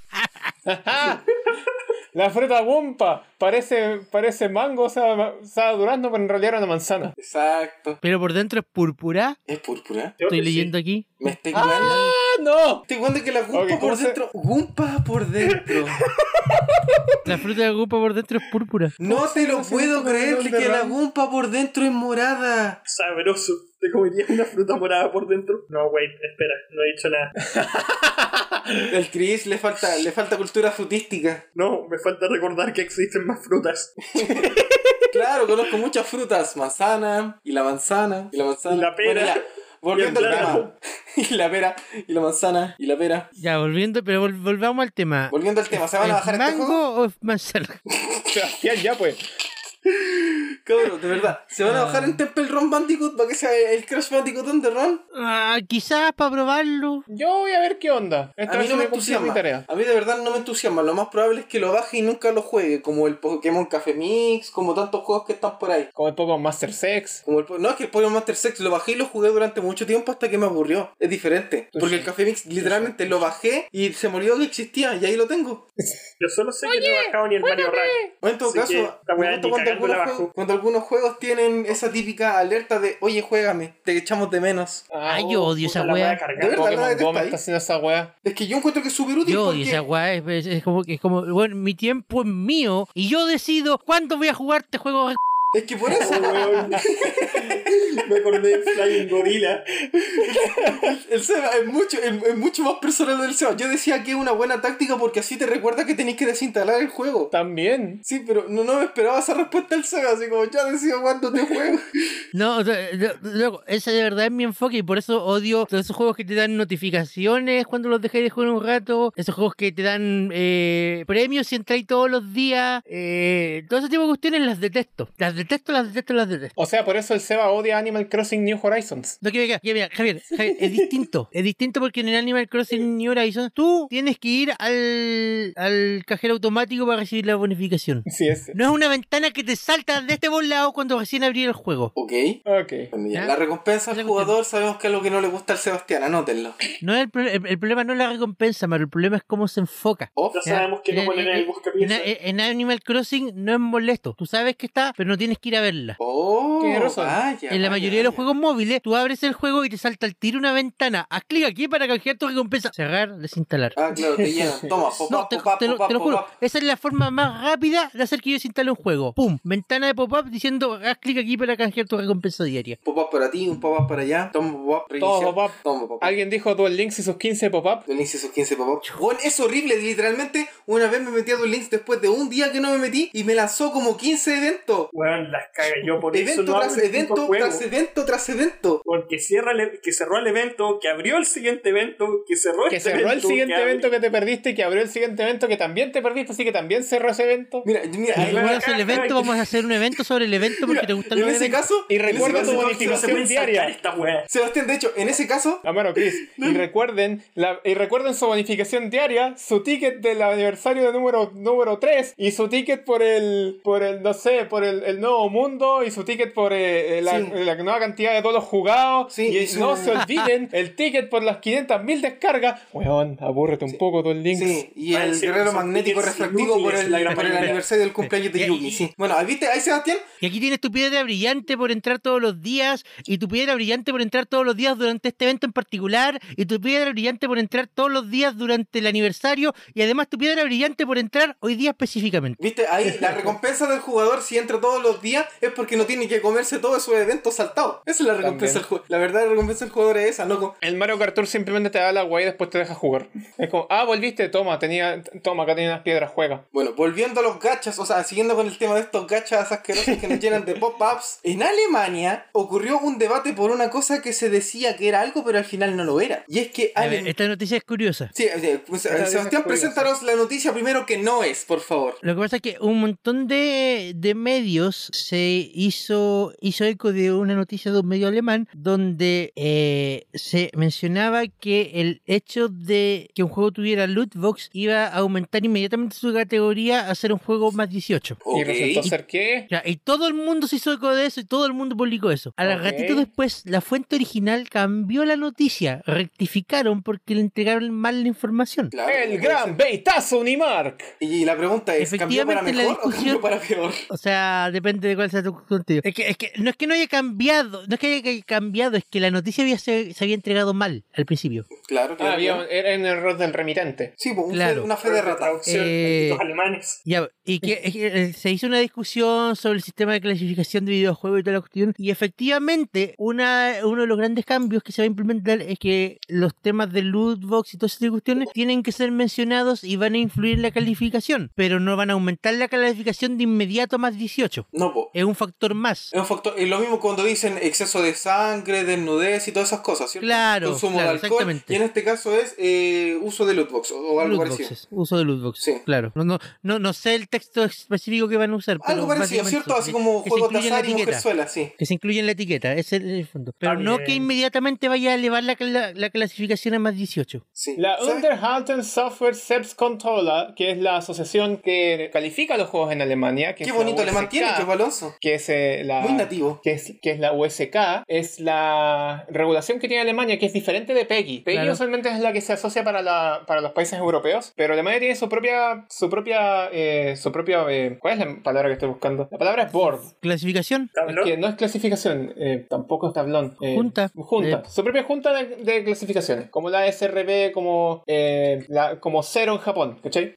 [SPEAKER 3] ¡Ah! La fruta bomba parece, parece mango, o sea, ma- o sea, durazno, pero en realidad era una manzana.
[SPEAKER 1] Exacto.
[SPEAKER 2] Pero por dentro es púrpura.
[SPEAKER 1] Es púrpura.
[SPEAKER 4] Creo
[SPEAKER 2] Estoy
[SPEAKER 4] que sí.
[SPEAKER 2] leyendo aquí.
[SPEAKER 1] Me estoy
[SPEAKER 3] ¡Ah!
[SPEAKER 1] cuidando.
[SPEAKER 3] ¡Ah, no!
[SPEAKER 1] Estoy cuidando que la gumpa
[SPEAKER 3] Ok, ¿cómo
[SPEAKER 1] por
[SPEAKER 3] se-
[SPEAKER 1] dentro. Gumpa por dentro.
[SPEAKER 2] La fruta gumpa por dentro es púrpura.
[SPEAKER 1] No te lo
[SPEAKER 3] haciendo
[SPEAKER 1] puedo
[SPEAKER 3] esto
[SPEAKER 1] creer
[SPEAKER 3] con el
[SPEAKER 1] que la
[SPEAKER 3] Underground?
[SPEAKER 1] gumpa por dentro es morada.
[SPEAKER 4] Sabroso. ¿Te comerías una fruta morada por dentro? No, wait, espera, no he dicho nada.
[SPEAKER 1] El Chris le falta, le falta cultura frutística.
[SPEAKER 4] No, me falta recordar que existen más frutas.
[SPEAKER 1] Claro, conozco muchas frutas. Manzana, y la manzana, y la manzana.
[SPEAKER 4] Y la pera.
[SPEAKER 1] Bueno, ya, volviendo
[SPEAKER 4] Y
[SPEAKER 1] al
[SPEAKER 4] el
[SPEAKER 1] tema.
[SPEAKER 4] plátano.
[SPEAKER 1] Y la pera, y la manzana, y la pera.
[SPEAKER 2] Ya, volviendo, pero vol- volvamos al tema.
[SPEAKER 1] Volviendo al tema, ¿se van a bajar
[SPEAKER 2] ¿Es
[SPEAKER 1] este juego?
[SPEAKER 2] mango o es manzana?
[SPEAKER 3] Sebastián, ya pues.
[SPEAKER 1] Cabrón, de verdad. ¿Se van a bajar en Temple Run Bandicoot para que sea el Crash Bandicoot on the Run?
[SPEAKER 2] Ah, quizás para probarlo.
[SPEAKER 3] Yo voy a ver qué onda. Esta
[SPEAKER 1] A mí
[SPEAKER 3] vez
[SPEAKER 1] no
[SPEAKER 3] sí
[SPEAKER 1] me
[SPEAKER 3] cumplí mi
[SPEAKER 1] entusiasma.
[SPEAKER 3] tarea.
[SPEAKER 1] A mí de verdad no me entusiasma. Lo más probable es que lo baje y nunca lo juegue. Como el Pokémon Café Mix, como tantos juegos que están por ahí.
[SPEAKER 3] Como el poco Master Sex.
[SPEAKER 1] Como el po- no, es que el Pokémon Master Sex lo bajé y lo jugué durante mucho tiempo hasta que me aburrió. Es diferente.
[SPEAKER 3] Pues
[SPEAKER 1] Porque el Café Mix literalmente lo bajé y se me olvidó que existía y ahí lo tengo.
[SPEAKER 4] Yo solo sé que no he bajado ni el Mario Run.
[SPEAKER 1] O en todo
[SPEAKER 4] Así
[SPEAKER 1] caso,
[SPEAKER 4] que la
[SPEAKER 1] me
[SPEAKER 4] weá
[SPEAKER 1] gusta
[SPEAKER 4] ni
[SPEAKER 1] cuando
[SPEAKER 4] cagando la
[SPEAKER 1] algunos,
[SPEAKER 4] bajo.
[SPEAKER 1] juegos, cuando algunos juegos tienen esa típica alerta de oye, juégame, te echamos de menos.
[SPEAKER 2] Ay,
[SPEAKER 3] Ah,
[SPEAKER 2] yo
[SPEAKER 3] oh.
[SPEAKER 2] odio
[SPEAKER 4] Puta,
[SPEAKER 2] esa
[SPEAKER 4] la voy a
[SPEAKER 2] wea.
[SPEAKER 4] cargar.
[SPEAKER 1] De este verdad, la
[SPEAKER 3] Pokémon
[SPEAKER 1] detesto
[SPEAKER 3] Go me
[SPEAKER 1] ahí.
[SPEAKER 3] está haciendo esa wea.
[SPEAKER 1] Es que yo encuentro que es súper útil
[SPEAKER 2] Yo
[SPEAKER 1] porque...
[SPEAKER 2] odio esa weá, es, es- es como que es como, bueno, mi tiempo es mío y yo decido cuándo voy a jugar este juego.
[SPEAKER 1] Es que por eso...
[SPEAKER 4] Oh, weón.
[SPEAKER 1] Me
[SPEAKER 4] me acordé de Flying Gorilla.
[SPEAKER 1] El Seba es mucho, es, es mucho más personal del Seba. Yo decía que es una buena táctica porque así te recuerda que tenéis que desinstalar el juego.
[SPEAKER 3] También.
[SPEAKER 1] Sí, pero no, no me esperaba esa respuesta del Seba, así como ya decido cuándo te juego.
[SPEAKER 2] No, o sea, lo- loco, ese de verdad es mi enfoque y por eso odio todos esos juegos que te dan notificaciones cuando los dejáis de jugar un rato, esos juegos que te dan eh, premios si entráis todos los días, eh, todo ese tipo de cuestiones las detesto, las detesto, las detesto, las detesto.
[SPEAKER 3] O sea, por eso el Seba odia Animal Crossing New Horizons.
[SPEAKER 2] No, que mira, que mira, Javier, Javier, es distinto. Es distinto porque en el Animal Crossing New Horizons tú tienes que ir al, al cajero automático para recibir la bonificación.
[SPEAKER 3] Sí, es.
[SPEAKER 2] No es una ventana que te salta de este lado cuando recién abrí el juego.
[SPEAKER 1] Ok.
[SPEAKER 3] Ok.
[SPEAKER 1] Bueno, ya.
[SPEAKER 2] ¿Ya?
[SPEAKER 1] La recompensa al
[SPEAKER 2] Esa
[SPEAKER 1] jugador sabemos que es lo que no le gusta al Sebastián, anótenlo.
[SPEAKER 2] No es el, pro- el- el problema no es la recompensa, Maru, el problema es cómo se enfoca.
[SPEAKER 1] Oh,
[SPEAKER 4] Ya sabemos que no
[SPEAKER 2] Eh,
[SPEAKER 4] poner en
[SPEAKER 2] eh,
[SPEAKER 4] el busca
[SPEAKER 2] En, en Animal Crossing no es molesto. Tú sabes que está, pero no tienes que ir a verla.
[SPEAKER 1] oh
[SPEAKER 3] Tiene razón.
[SPEAKER 1] vaya,
[SPEAKER 2] en la
[SPEAKER 1] vaya,
[SPEAKER 2] mayoría de los
[SPEAKER 1] vaya.
[SPEAKER 2] juegos móviles, tú abres el juego y te salta al tiro una ventana. Haz clic aquí para canjear tu recompensa. Cerrar, desinstalar.
[SPEAKER 1] Ah, claro, te llenan. Toma, pop,
[SPEAKER 2] No, te,
[SPEAKER 1] pop,
[SPEAKER 2] te lo,
[SPEAKER 1] pop,
[SPEAKER 2] te lo
[SPEAKER 1] pop,
[SPEAKER 2] juro.
[SPEAKER 1] pop.
[SPEAKER 2] Esa es la forma más rápida de hacer que yo desinstale un juego. ¡Pum! Ventana de pop-up diciendo haz clic aquí para canjear tu recompensa diaria.
[SPEAKER 1] Pop-up para ti, un pop-up para allá. Toma pop-up, reiniciar.
[SPEAKER 3] Todo pop-up.
[SPEAKER 1] Toma pop-up.
[SPEAKER 3] Alguien dijo Duel Links y sus 15 pop-up.
[SPEAKER 1] Duel Links y sus 15 pop es horrible, literalmente. Una vez me metí a Duel Links después de un día que no me metí y me lanzó como 15 eventos.
[SPEAKER 4] Weón, las caga. Yo por eso
[SPEAKER 1] evento
[SPEAKER 4] no
[SPEAKER 1] tras
[SPEAKER 4] hago este tipo de
[SPEAKER 1] evento,
[SPEAKER 4] juego.
[SPEAKER 1] tras evento, tras evento.
[SPEAKER 4] Porque cierra el- que cerró el evento, que abrió el siguiente evento, que cerró
[SPEAKER 3] Que
[SPEAKER 4] este
[SPEAKER 3] cerró el
[SPEAKER 4] evento,
[SPEAKER 3] siguiente
[SPEAKER 4] abrió-
[SPEAKER 3] evento que te perdiste y que abrió el siguiente evento que también te perdiste, así que también cerró ese evento.
[SPEAKER 1] Mira, mira, en-
[SPEAKER 2] Y Vamos a hacer el evento, vamos a hacer un evento sobre el evento porque
[SPEAKER 1] mira,
[SPEAKER 2] te gustan
[SPEAKER 1] en
[SPEAKER 2] los
[SPEAKER 1] ese
[SPEAKER 2] eventos.
[SPEAKER 1] caso.
[SPEAKER 3] Y
[SPEAKER 1] en ese
[SPEAKER 3] recuerda tu
[SPEAKER 1] caso-
[SPEAKER 4] No se
[SPEAKER 3] bonificación
[SPEAKER 4] pueden saltar
[SPEAKER 3] diaria.
[SPEAKER 4] Esta weá.
[SPEAKER 1] Sebastián, de hecho, en ese caso.
[SPEAKER 3] A mano, Ah, Chris. Y recuerden, la- y recuerden su bonificación diaria, su ticket del aniversario de número, número 3 y su ticket por el, por el no sé, por el, el nuevo mundo y su ticket por eh, eh, la,
[SPEAKER 1] Sí.
[SPEAKER 3] la nueva cantidad de todos los jugados.
[SPEAKER 1] Sí,
[SPEAKER 3] y
[SPEAKER 1] y su-
[SPEAKER 3] no se olviden el ticket por las 500.000 descargas. Weón, abúrrete un poco, Don Links.
[SPEAKER 1] Sí, y
[SPEAKER 4] Ah,
[SPEAKER 1] el
[SPEAKER 4] sí,
[SPEAKER 1] guerrero
[SPEAKER 4] son
[SPEAKER 1] magnético
[SPEAKER 4] tickets
[SPEAKER 1] refractivo por
[SPEAKER 4] inútiles,
[SPEAKER 1] el,
[SPEAKER 4] la gran
[SPEAKER 1] por el
[SPEAKER 4] mayoría.
[SPEAKER 1] aniversario del cumpleaños de
[SPEAKER 2] Ya,
[SPEAKER 1] Yugi,
[SPEAKER 2] y-
[SPEAKER 1] sí. Bueno, ahí ¿viste? Ahí, Sebastián,
[SPEAKER 2] Y aquí tienes tu piedra brillante por entrar todos los días, y tu piedra brillante por entrar todos los días durante este evento en particular, y tu piedra brillante por entrar todos los días durante el aniversario, y además tu piedra brillante por entrar hoy día específicamente.
[SPEAKER 1] ¿viste? Ahí la recompensa del jugador si entra todos los días es porque no tiene que comerse todos esos eventos saltados. Esa es la recompensa
[SPEAKER 3] También.
[SPEAKER 1] del jugador. La verdad, la recompensa del jugador es esa, no co-
[SPEAKER 3] El Mario Kart Tour simplemente te da la guay y después te deja jugar. Es como, ah, volviste, toma, tenía, toma, acá tenía unas piedras, juega.
[SPEAKER 1] Bueno, volviendo a los gachas, o sea, siguiendo con el tema de estos gachas asquerosos que nos llenan de pop-ups, en Alemania ocurrió un debate por una cosa que se decía que era algo, pero al final no lo era. Y es que
[SPEAKER 2] A
[SPEAKER 1] Alem-
[SPEAKER 2] ver, este Eh, esta noticia es curiosa.
[SPEAKER 1] Sí, eh, pues, eh,
[SPEAKER 3] Esa- esa
[SPEAKER 1] Sebastián,
[SPEAKER 3] es curiosa.
[SPEAKER 1] preséntanos la noticia primero que no es, por favor.
[SPEAKER 2] Lo que pasa es que un montón de, de medios se hizo, hizo eco de una noticia de un medio alemán donde eh, se mencionaba que el hecho de que un juego tuviera loot box iba a aumentar inmediatamente su categoría a ser un juego más 18.
[SPEAKER 3] Y resultó ser que...
[SPEAKER 2] Ya, y todo el mundo se hizo eco de eso y todo el mundo publicó eso. Al
[SPEAKER 3] Ok.
[SPEAKER 2] ratito después, la fuente original cambió la noticia, rectificaron porque le entregaron mal la información.
[SPEAKER 1] Claro,
[SPEAKER 3] el
[SPEAKER 1] puede ser.
[SPEAKER 3] gran beitazo Unimark.
[SPEAKER 1] Y la pregunta es, ¿cambió para
[SPEAKER 2] Efectivamente, la
[SPEAKER 1] mejor o cambió
[SPEAKER 2] discusión-
[SPEAKER 1] para peor?
[SPEAKER 2] O sea, depende de cuál sea tu contenido. Es que, es que no es que no haya cambiado, no es que haya cambiado, es que la noticia había, se, se había entregado mal al principio.
[SPEAKER 1] Claro,
[SPEAKER 3] Ah,
[SPEAKER 1] claro.
[SPEAKER 3] había,
[SPEAKER 1] claro.
[SPEAKER 3] era un error del remitente.
[SPEAKER 1] Sí, pues, un fe-
[SPEAKER 2] Claro.
[SPEAKER 1] una fe de rata.
[SPEAKER 4] Traducción,
[SPEAKER 2] Eh,
[SPEAKER 4] malditos alemanes.
[SPEAKER 2] Ya, y que, es que, eh, se hizo una discusión sobre el sistema de clasificación de videojuegos y toda la cuestión. Y efectivamente, una, uno de los grandes cambios que se va a implementar es que los temas de loot box y todas esas cuestiones tienen que ser mencionados y van a influir en la calificación, pero no van a aumentar la calificación de inmediato a más 18.
[SPEAKER 1] No, po.
[SPEAKER 2] Es un factor más.
[SPEAKER 1] Es un factor, es lo mismo cuando dicen exceso de sangre, desnudez y todas esas cosas, ¿cierto?
[SPEAKER 2] Claro,
[SPEAKER 1] Consumo
[SPEAKER 2] claro,
[SPEAKER 1] de alcohol.
[SPEAKER 2] exactamente.
[SPEAKER 1] Y en este caso es eh, uso de lootbox o, o algo
[SPEAKER 2] Loot
[SPEAKER 1] parecido.
[SPEAKER 2] boxes, uso de loot boxes,
[SPEAKER 1] Sí.
[SPEAKER 2] claro. No, no, no, no sé el texto específico que van a usar.
[SPEAKER 1] Algo
[SPEAKER 2] pero
[SPEAKER 1] parecido,
[SPEAKER 2] básicamente
[SPEAKER 1] ¿cierto?
[SPEAKER 2] eso,
[SPEAKER 1] Así
[SPEAKER 2] que-
[SPEAKER 1] como
[SPEAKER 2] que se
[SPEAKER 1] juego
[SPEAKER 2] incluye en la
[SPEAKER 1] Tazar y
[SPEAKER 2] etiqueta,
[SPEAKER 1] Mujerzuela, sí.
[SPEAKER 2] Que se incluye en la etiqueta, ese es el fondo. Pero
[SPEAKER 4] Está
[SPEAKER 2] no
[SPEAKER 4] bien.
[SPEAKER 2] que inmediatamente vaya a elevar la, la- la clasificación a más 18.
[SPEAKER 1] sí.
[SPEAKER 3] La
[SPEAKER 1] ¿Sabes?
[SPEAKER 3] Unterhalten Software Selbstkontrolle, que es la asociación que califica los juegos en Alemania. Que
[SPEAKER 1] Qué
[SPEAKER 3] es la
[SPEAKER 1] bonito alemán
[SPEAKER 3] USK,
[SPEAKER 1] tiene, Chepo Alonso.
[SPEAKER 3] que es eh, la
[SPEAKER 1] Muy nativo.
[SPEAKER 3] que es, que es la USK, es la regulación que tiene Alemania, que es diferente de PEGI. PEGI
[SPEAKER 2] Claro.
[SPEAKER 3] usualmente es la que se asocia para, la, para los países europeos, pero Alemania tiene su propia, su propia, eh, su propia, eh, ¿cuál es la palabra que estoy buscando? La palabra es board.
[SPEAKER 2] Clasificación,
[SPEAKER 4] ¿Tablón?
[SPEAKER 3] Que no es clasificación, eh, tampoco es tablón. eh,
[SPEAKER 2] Junta.
[SPEAKER 3] Junta.
[SPEAKER 2] Eh.
[SPEAKER 3] Su propia junta de, de clasificaciones. Como la SRB, como, eh, la, como cero en Japón, ¿cachai?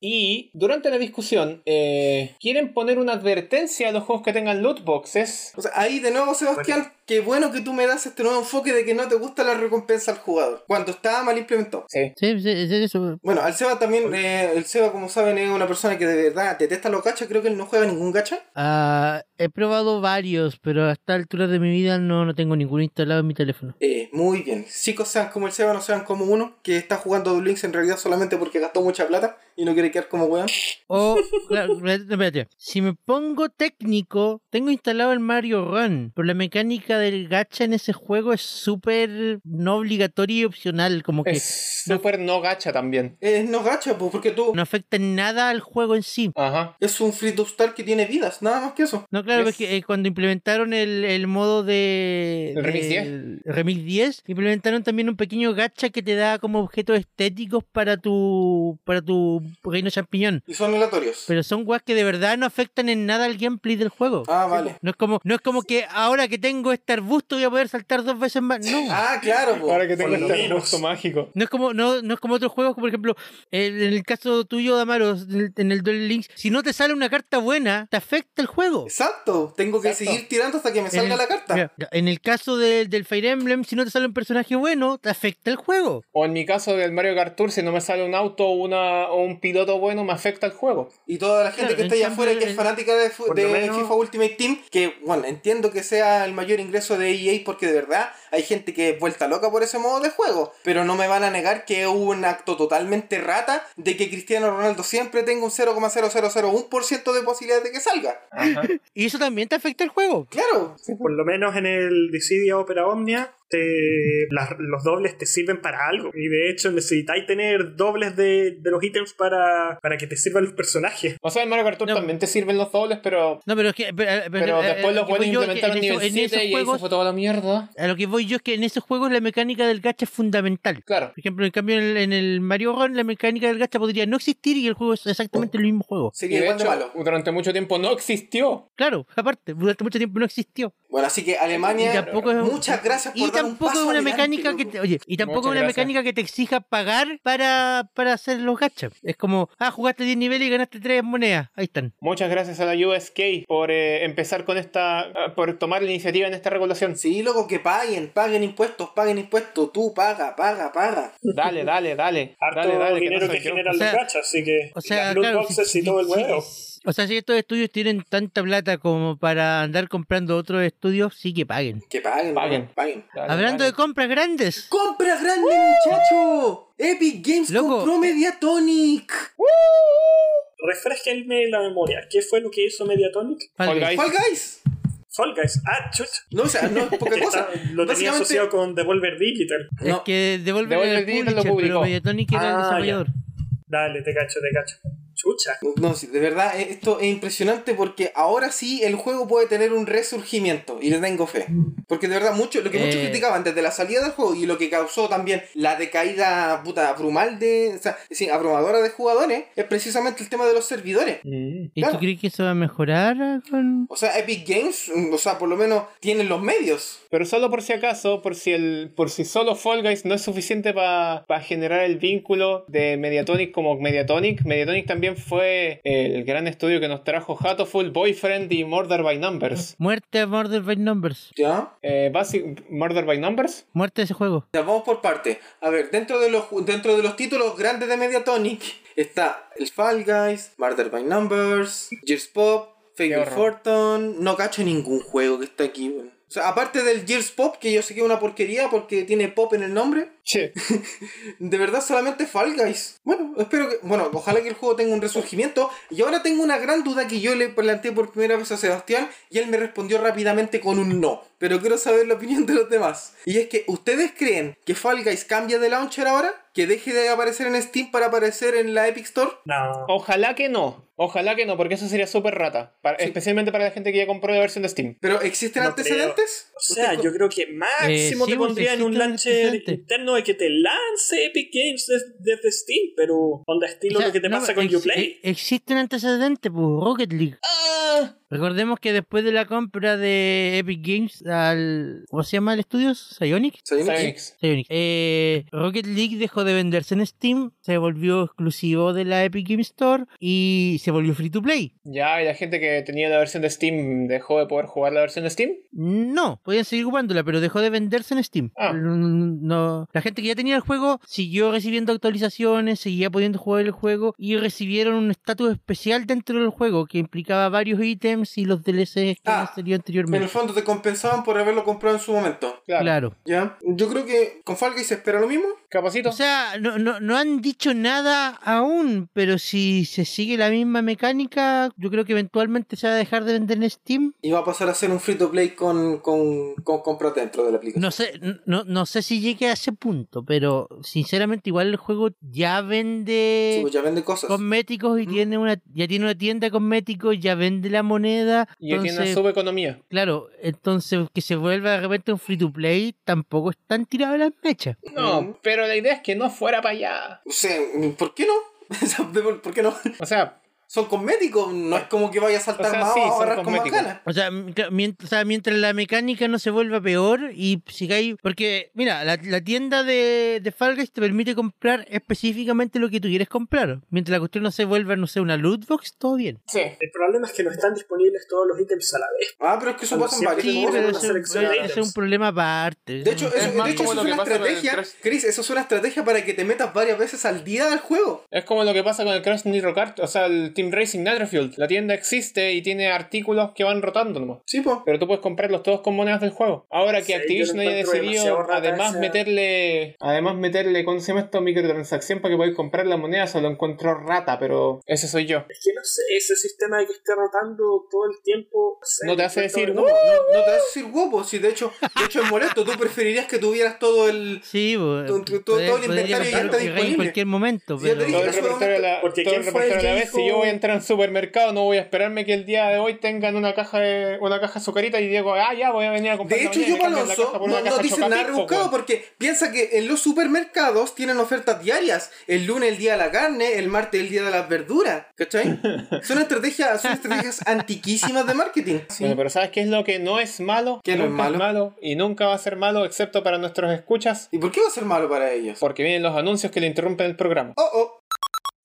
[SPEAKER 3] Y durante la discusión, eh, quieren poner una advertencia a los juegos que tengan loot boxes.
[SPEAKER 1] O sea, ahí de nuevo, Sebastián, qué bueno que tú me das este nuevo enfoque de que no te gusta la recompensa al jugador, cuando estaba mal implementado.
[SPEAKER 3] Sí.
[SPEAKER 2] Sí, sí, es eso.
[SPEAKER 1] Bueno, al Seba también, eh, el Seba como saben es una persona que de verdad detesta los gachas, creo que él no juega ningún gacha.
[SPEAKER 2] Ah, he probado varios, pero a esta altura de mi vida no, no tengo ninguno instalado en mi teléfono.
[SPEAKER 1] Eh, muy bien, chicos sean como el Seba, no sean como uno, que está jugando Duel Links en realidad solamente porque gastó mucha plata y no quiere quedar como weón.
[SPEAKER 2] O, claro, espérate, espérate. si me pongo técnico, tengo instalado el Mario Run, pero la mecánica del gacha en ese juego es súper no obligatoria y opcional, como que
[SPEAKER 3] Es súper no gacha también.
[SPEAKER 1] Eh, no gacha, pues porque tú...
[SPEAKER 2] no afecta en nada al juego en sí.
[SPEAKER 3] Ajá.
[SPEAKER 1] Es un free to start que tiene vidas, nada más que eso.
[SPEAKER 2] No, claro,
[SPEAKER 3] Es-
[SPEAKER 2] porque eh, cuando implementaron el, el modo de.
[SPEAKER 3] El Remix 10.
[SPEAKER 2] del Remix 10, implementaron también un pequeño gacha que te da como objetos estéticos para tu. para tu reino champiñón.
[SPEAKER 1] Y son aleatorios.
[SPEAKER 2] Pero son guas que de verdad no afectan en nada al gameplay del juego.
[SPEAKER 1] Ah, vale.
[SPEAKER 2] No es como, no es como que ahora que tengo este arbusto voy a poder saltar dos veces más. No.
[SPEAKER 1] Ah, claro, po.
[SPEAKER 3] Ahora que
[SPEAKER 1] Por
[SPEAKER 3] tengo
[SPEAKER 1] lo
[SPEAKER 3] este
[SPEAKER 1] menos.
[SPEAKER 3] gusto mágico.
[SPEAKER 2] No es como, no, no es como otros juegos, por ejemplo, el- en el caso tuyo, Damaro, en el- en el Duel Links, si no te sale una carta buena, te afecta el juego.
[SPEAKER 1] Exacto, tengo que
[SPEAKER 3] Exacto.
[SPEAKER 1] seguir tirando hasta que me salga
[SPEAKER 2] el-
[SPEAKER 1] la carta.
[SPEAKER 2] Mira, en el caso del- del Fire Emblem, si no te sale un personaje bueno, te afecta el juego.
[SPEAKER 3] O en mi caso del Mario Kart Tour, si no me sale un auto o, una, o un piloto bueno, me afecta el juego.
[SPEAKER 1] Y toda la gente
[SPEAKER 2] Claro,
[SPEAKER 1] que está allá
[SPEAKER 2] en
[SPEAKER 1] afuera
[SPEAKER 2] cambio,
[SPEAKER 1] que es
[SPEAKER 2] el-
[SPEAKER 1] fanática de, fu-
[SPEAKER 5] por
[SPEAKER 1] de
[SPEAKER 5] lo menos-
[SPEAKER 1] FIFA Ultimate Team, que bueno, entiendo que sea el mayor ingreso de EA porque de verdad hay gente que es vuelta loca por ese modo de juego, pero no me van a negar que es un acto totalmente rata de que Cristiano Ronaldo siempre tenga un 0,0001% de posibilidad de que salga.
[SPEAKER 2] Y eso también te afecta el juego.
[SPEAKER 1] Claro,
[SPEAKER 5] Por lo menos en el Dissidia Opera Omnia, te- las- los dobles te sirven para algo. Y de hecho, necesitáis tener dobles de, de los ítems para, para que te sirvan los personajes.
[SPEAKER 3] O sea, en Mario Kart Tour
[SPEAKER 2] No.
[SPEAKER 3] también te sirven los dobles, pero,
[SPEAKER 2] No, pero es que. Pero, eh,
[SPEAKER 3] pero después los pueden implementar en nivel 7 y ahí se fue toda la mierda.
[SPEAKER 2] A lo que voy yo es que en esos juegos la mecánica del gacha es fundamental.
[SPEAKER 3] Claro.
[SPEAKER 2] Por ejemplo, en cambio en el, en el Mario Run la mecánica del gacha podría no existir y el juego es exactamente el mismo juego.
[SPEAKER 3] Y
[SPEAKER 1] sería
[SPEAKER 3] de
[SPEAKER 1] igual de
[SPEAKER 3] hecho,
[SPEAKER 1] malo.
[SPEAKER 3] durante mucho tiempo no existió.
[SPEAKER 2] Claro, aparte, durante mucho tiempo no existió.
[SPEAKER 1] Bueno, así que
[SPEAKER 2] Y
[SPEAKER 1] Alemania,
[SPEAKER 2] tampoco es-
[SPEAKER 1] muchas gracias por
[SPEAKER 2] Y
[SPEAKER 1] dar un
[SPEAKER 2] tampoco es
[SPEAKER 1] paso
[SPEAKER 2] una
[SPEAKER 1] adelante,
[SPEAKER 2] mecánica que
[SPEAKER 1] loco.
[SPEAKER 2] te, oye, y tampoco
[SPEAKER 3] Muchas
[SPEAKER 2] es una
[SPEAKER 3] gracias.
[SPEAKER 2] mecánica que te exija pagar para, para hacer los gachas. Es como, ah, jugaste 10 niveles y ganaste 3 monedas. Ahí están.
[SPEAKER 3] Muchas gracias a la USK por eh, empezar con esta, eh, por tomar la iniciativa en esta regulación.
[SPEAKER 1] Sí, loco, que paguen, paguen impuestos, paguen impuestos, tú paga, paga, paga.
[SPEAKER 3] Dale, dale, dale.
[SPEAKER 5] Harto
[SPEAKER 3] dale, dale,
[SPEAKER 5] dinero
[SPEAKER 3] no
[SPEAKER 5] que,
[SPEAKER 3] se me
[SPEAKER 5] generan
[SPEAKER 2] O sea-
[SPEAKER 5] los gachas, así que
[SPEAKER 2] O sea,
[SPEAKER 5] las loot
[SPEAKER 2] claro,
[SPEAKER 5] boxes
[SPEAKER 2] si-
[SPEAKER 5] y todo el
[SPEAKER 2] si-
[SPEAKER 5] huevo.
[SPEAKER 2] si- O sea, si estos estudios tienen tanta plata como para andar comprando otros estudios, sí que paguen.
[SPEAKER 1] Que paguen,
[SPEAKER 3] Paguen.
[SPEAKER 1] loco, paguen.
[SPEAKER 3] equivoco. Dale,
[SPEAKER 2] Hablando
[SPEAKER 3] dale.
[SPEAKER 2] de compras grandes.
[SPEAKER 1] ¡Compra grande, muchacho! Epic Games
[SPEAKER 2] ¡Uh! Loco.
[SPEAKER 1] compró Mediatonic.
[SPEAKER 5] Refresquenme la memoria. ¿Qué fue lo que hizo Mediatonic?
[SPEAKER 2] Fall
[SPEAKER 3] Fall
[SPEAKER 2] Guys.
[SPEAKER 3] Guys.
[SPEAKER 1] ¿Cuál guys?
[SPEAKER 5] Fall Guys. Ah, chut.
[SPEAKER 1] No, o sea, no es poca cosa.
[SPEAKER 5] Está- lo tenía
[SPEAKER 1] Básicamente,
[SPEAKER 5] asociado con Devolver Digital.
[SPEAKER 2] Es
[SPEAKER 1] no,
[SPEAKER 2] que devuelven
[SPEAKER 3] Devolver
[SPEAKER 2] el
[SPEAKER 3] Digital lo
[SPEAKER 2] publisher, pero
[SPEAKER 3] publicó.
[SPEAKER 2] Mediatonic era el
[SPEAKER 5] Ah,
[SPEAKER 2] desarrollador.
[SPEAKER 5] Dale, te cacho, te cacho. Chucha.
[SPEAKER 1] no, sí, de verdad, eh, esto es impresionante porque ahora sí el juego puede tener un resurgimiento y le tengo fe. Porque de verdad, mucho, lo que muchos
[SPEAKER 2] Eh.
[SPEAKER 1] criticaban desde la salida del juego y lo que causó también la decaída puta abrumal de. O sea, sí, abrumadora de jugadores es precisamente el tema de los servidores.
[SPEAKER 3] Mm.
[SPEAKER 2] ¿Y
[SPEAKER 1] Claro.
[SPEAKER 2] tú crees que eso va a mejorar con
[SPEAKER 1] O sea, Epic Games, mm, o sea, por lo menos tienen los medios.
[SPEAKER 3] Pero solo por si acaso, por si el, por si solo Fall Guys no es suficiente para generar el vínculo de Mediatonic como Mediatonic. Mediatonic también fue el gran estudio que nos trajo Hatoful, Boyfriend y Murder by Numbers.
[SPEAKER 2] Muerte a Murder by Numbers?
[SPEAKER 1] ¿Ya?
[SPEAKER 3] Eh, basic, Murder by Numbers.
[SPEAKER 2] Muerte a ese juego.
[SPEAKER 1] Ya, vamos por parte. A ver, dentro de los dentro de los títulos grandes de Mediatonic está el Fall Guys, Murder by Numbers, Gears Pop, Fable
[SPEAKER 3] horror.
[SPEAKER 1] Fortune. No cacho ningún juego que está aquí, weón. O sea, aparte del Gears Pop, que yo sé que es una porquería porque tiene pop en el nombre,
[SPEAKER 3] Che,
[SPEAKER 1] de verdad solamente Fall Guys. Bueno, espero que. Bueno, ojalá que el juego tenga un resurgimiento. Y ahora tengo una gran duda que yo le planteé por primera vez a Sebastián y él me respondió rápidamente con un no. Pero quiero saber la opinión de los demás. Y es que, ¿ustedes creen que Fall Guys cambia de launcher ahora? ¿Que deje de aparecer en Steam para aparecer en la Epic Store?
[SPEAKER 5] No.
[SPEAKER 3] ojalá que no. Ojalá que no, porque eso sería súper rata. Para- Especialmente para la gente que ya compró la versión de Steam.
[SPEAKER 1] ¿Pero existen
[SPEAKER 5] No
[SPEAKER 1] antecedentes?
[SPEAKER 5] O sea,
[SPEAKER 1] ¿Usted-
[SPEAKER 5] yo creo que máximo
[SPEAKER 2] Eh, sí, pues,
[SPEAKER 5] te pondría en
[SPEAKER 2] existe
[SPEAKER 5] un
[SPEAKER 2] un
[SPEAKER 5] launcher
[SPEAKER 2] antecedente.
[SPEAKER 5] interno de que te lance Epic Games des- desde Steam, pero onda
[SPEAKER 2] O
[SPEAKER 5] estilo
[SPEAKER 2] sea,
[SPEAKER 5] lo que te
[SPEAKER 2] no, eh,
[SPEAKER 5] pasa con
[SPEAKER 2] ex-
[SPEAKER 5] Uplay.
[SPEAKER 2] ex- Existe un antecedente, pues, Rocket League.
[SPEAKER 3] Ah, ¡Ah!
[SPEAKER 2] Recordemos que después de la compra de Epic Games al... ¿Cómo se llama el estudio? ¿Sionic?
[SPEAKER 1] Psyonix.
[SPEAKER 3] Psyonix.
[SPEAKER 2] Psyonic. Eh, Rocket League dejó de venderse en Steam, se volvió exclusivo de la Epic Game Store y se volvió free to play.
[SPEAKER 3] Ya, y la gente que tenía la versión de Steam dejó de poder jugar la versión de Steam.
[SPEAKER 2] No, podían seguir jugándola, pero dejó de venderse en Steam.
[SPEAKER 3] Ah.
[SPEAKER 2] No, la gente que ya tenía el juego siguió recibiendo actualizaciones, seguía pudiendo jugar el juego y recibieron un estatus especial dentro del juego que implicaba varios ítems y los DLCs que
[SPEAKER 1] Ah,
[SPEAKER 2] han salido
[SPEAKER 1] En
[SPEAKER 2] anteriormente.
[SPEAKER 1] el fondo te compensaban por haberlo comprado en su momento.
[SPEAKER 3] Claro.
[SPEAKER 2] claro.
[SPEAKER 1] ¿Ya? Yo creo que con Fall Guys se espera lo mismo.
[SPEAKER 3] Capacito.
[SPEAKER 2] O sea, no, no, no han dicho nada aún, pero si se sigue la misma mecánica, yo creo que eventualmente se va a dejar de vender en Steam.
[SPEAKER 1] Y va a pasar a ser un free to play con, con, con compras dentro de la aplicación.
[SPEAKER 2] No sé, no, no sé si llegue a ese punto, pero sinceramente igual el juego ya
[SPEAKER 1] Sí,
[SPEAKER 2] vende
[SPEAKER 1] pues ya vende cosas.
[SPEAKER 2] cosméticos y
[SPEAKER 1] Mm.
[SPEAKER 2] tiene una, ya tiene una tienda de cosméticos, ya vende la moneda.
[SPEAKER 3] y aquí tiene una
[SPEAKER 2] entonces-
[SPEAKER 3] subeconomía.
[SPEAKER 2] Claro, entonces que se vuelva de repente un free to play tampoco están tiradas las mechas.
[SPEAKER 3] No,
[SPEAKER 1] Mm.
[SPEAKER 3] pero la idea es que no fuera para allá.
[SPEAKER 1] O sea, ¿por qué no? ¿Por qué no?
[SPEAKER 3] O sea,
[SPEAKER 1] Son cosméticos, no es como que vaya a saltar
[SPEAKER 3] O sea,
[SPEAKER 1] más
[SPEAKER 3] sí,
[SPEAKER 1] o a
[SPEAKER 3] son
[SPEAKER 1] ahorrar con más
[SPEAKER 3] cosméticos.
[SPEAKER 1] ganas.
[SPEAKER 2] O sea, m- cla- mient- o sea, mientras la mecánica no se vuelva peor y sigáis. Porque, mira, la, la tienda de, de Fall Guys te permite comprar específicamente lo que tú quieres comprar. Mientras la cuestión no se vuelva, no sé, una loot box, todo bien.
[SPEAKER 3] sí.
[SPEAKER 5] El problema es que no están disponibles todos los ítems a la vez.
[SPEAKER 1] Ah, pero es que eso
[SPEAKER 5] Como
[SPEAKER 1] pasa en
[SPEAKER 5] siempre.
[SPEAKER 1] varios
[SPEAKER 2] Sí,
[SPEAKER 5] como
[SPEAKER 2] pero
[SPEAKER 5] una
[SPEAKER 2] eso,
[SPEAKER 5] selección
[SPEAKER 2] pero
[SPEAKER 5] de
[SPEAKER 2] eso es
[SPEAKER 5] ítems.
[SPEAKER 2] un problema aparte.
[SPEAKER 1] De hecho, eso,
[SPEAKER 2] es
[SPEAKER 1] de
[SPEAKER 2] más
[SPEAKER 1] hecho,
[SPEAKER 2] como
[SPEAKER 1] eso
[SPEAKER 2] lo
[SPEAKER 1] es
[SPEAKER 2] que
[SPEAKER 1] una
[SPEAKER 2] pasa-
[SPEAKER 3] con el
[SPEAKER 1] estrategia,
[SPEAKER 3] Crash.
[SPEAKER 1] Chris, eso es una estrategia para que te metas varias veces al día del juego.
[SPEAKER 3] Es como lo que pasa con el Crash Nitro Kart, o sea, el Team Racing Nitro Fuel. La tienda existe y tiene artículos que van rotando nomás.
[SPEAKER 1] Sí, po.
[SPEAKER 3] Pero tú puedes comprarlos todos con monedas del juego. Ahora que
[SPEAKER 5] Sí, yo lo
[SPEAKER 3] Activision haya
[SPEAKER 5] encuentro demasiado
[SPEAKER 3] decidido
[SPEAKER 5] rata
[SPEAKER 3] además
[SPEAKER 5] esa-
[SPEAKER 3] meterle, además meterle, ¿cómo se llama esto? Microtransacción para que podáis comprar la moneda, se lo encontró rata, pero ese soy yo.
[SPEAKER 5] Es que no sé, ese sistema de que esté rotando todo el tiempo. sé,
[SPEAKER 3] No te hace
[SPEAKER 5] encuentro
[SPEAKER 3] decir,
[SPEAKER 5] que no.
[SPEAKER 3] "Uh".
[SPEAKER 1] No te vas a decir guapo, si de hecho, de hecho es molesto, tú preferirías que tuvieras todo el...
[SPEAKER 2] Sí, bo-
[SPEAKER 1] Todo- todo- todo
[SPEAKER 2] podría-
[SPEAKER 1] el
[SPEAKER 2] podría
[SPEAKER 1] inventario ya está
[SPEAKER 2] comprar lo que queráis
[SPEAKER 1] disponible.
[SPEAKER 2] en cualquier momento.
[SPEAKER 1] Sí, ya te
[SPEAKER 2] Pero...
[SPEAKER 1] dije,
[SPEAKER 3] Todo el
[SPEAKER 1] eso es
[SPEAKER 3] repertorio a la,
[SPEAKER 5] porque
[SPEAKER 3] todo el
[SPEAKER 5] ¿quién fue el
[SPEAKER 3] repertorio a la
[SPEAKER 5] que
[SPEAKER 3] vez.
[SPEAKER 5] dijo-
[SPEAKER 3] Si yo voy a entrar al supermercado, no voy a esperarme que el día de hoy tengan una caja de, una caja azucarita y digo, ah, ya voy a venir a comprar.
[SPEAKER 1] De
[SPEAKER 3] la
[SPEAKER 1] hecho,
[SPEAKER 3] mañana", y
[SPEAKER 1] yo
[SPEAKER 3] cambian la
[SPEAKER 1] Alonso
[SPEAKER 3] caja por
[SPEAKER 1] no,
[SPEAKER 3] una
[SPEAKER 1] no
[SPEAKER 3] caja
[SPEAKER 1] dice nada
[SPEAKER 3] Chocapic, po,
[SPEAKER 1] rebuscado
[SPEAKER 3] weón.
[SPEAKER 1] porque piensa que en los supermercados tienen ofertas diarias. El lunes el día de la carne, el martes el día de las verduras. ¿Cachai? Son estrategias, son estrategias antiquísimas de marketing.
[SPEAKER 3] Bueno, pero ¿sabes qué es lo que no es malo?
[SPEAKER 1] ¿Qué no es
[SPEAKER 3] Nunca
[SPEAKER 1] malo?
[SPEAKER 3] Y nunca va a ser malo, excepto para nuestros escuchas,
[SPEAKER 1] ¿Y por qué va a ser malo para ellos?
[SPEAKER 3] porque vienen los anuncios que le interrumpen el programa.
[SPEAKER 1] Oh, oh.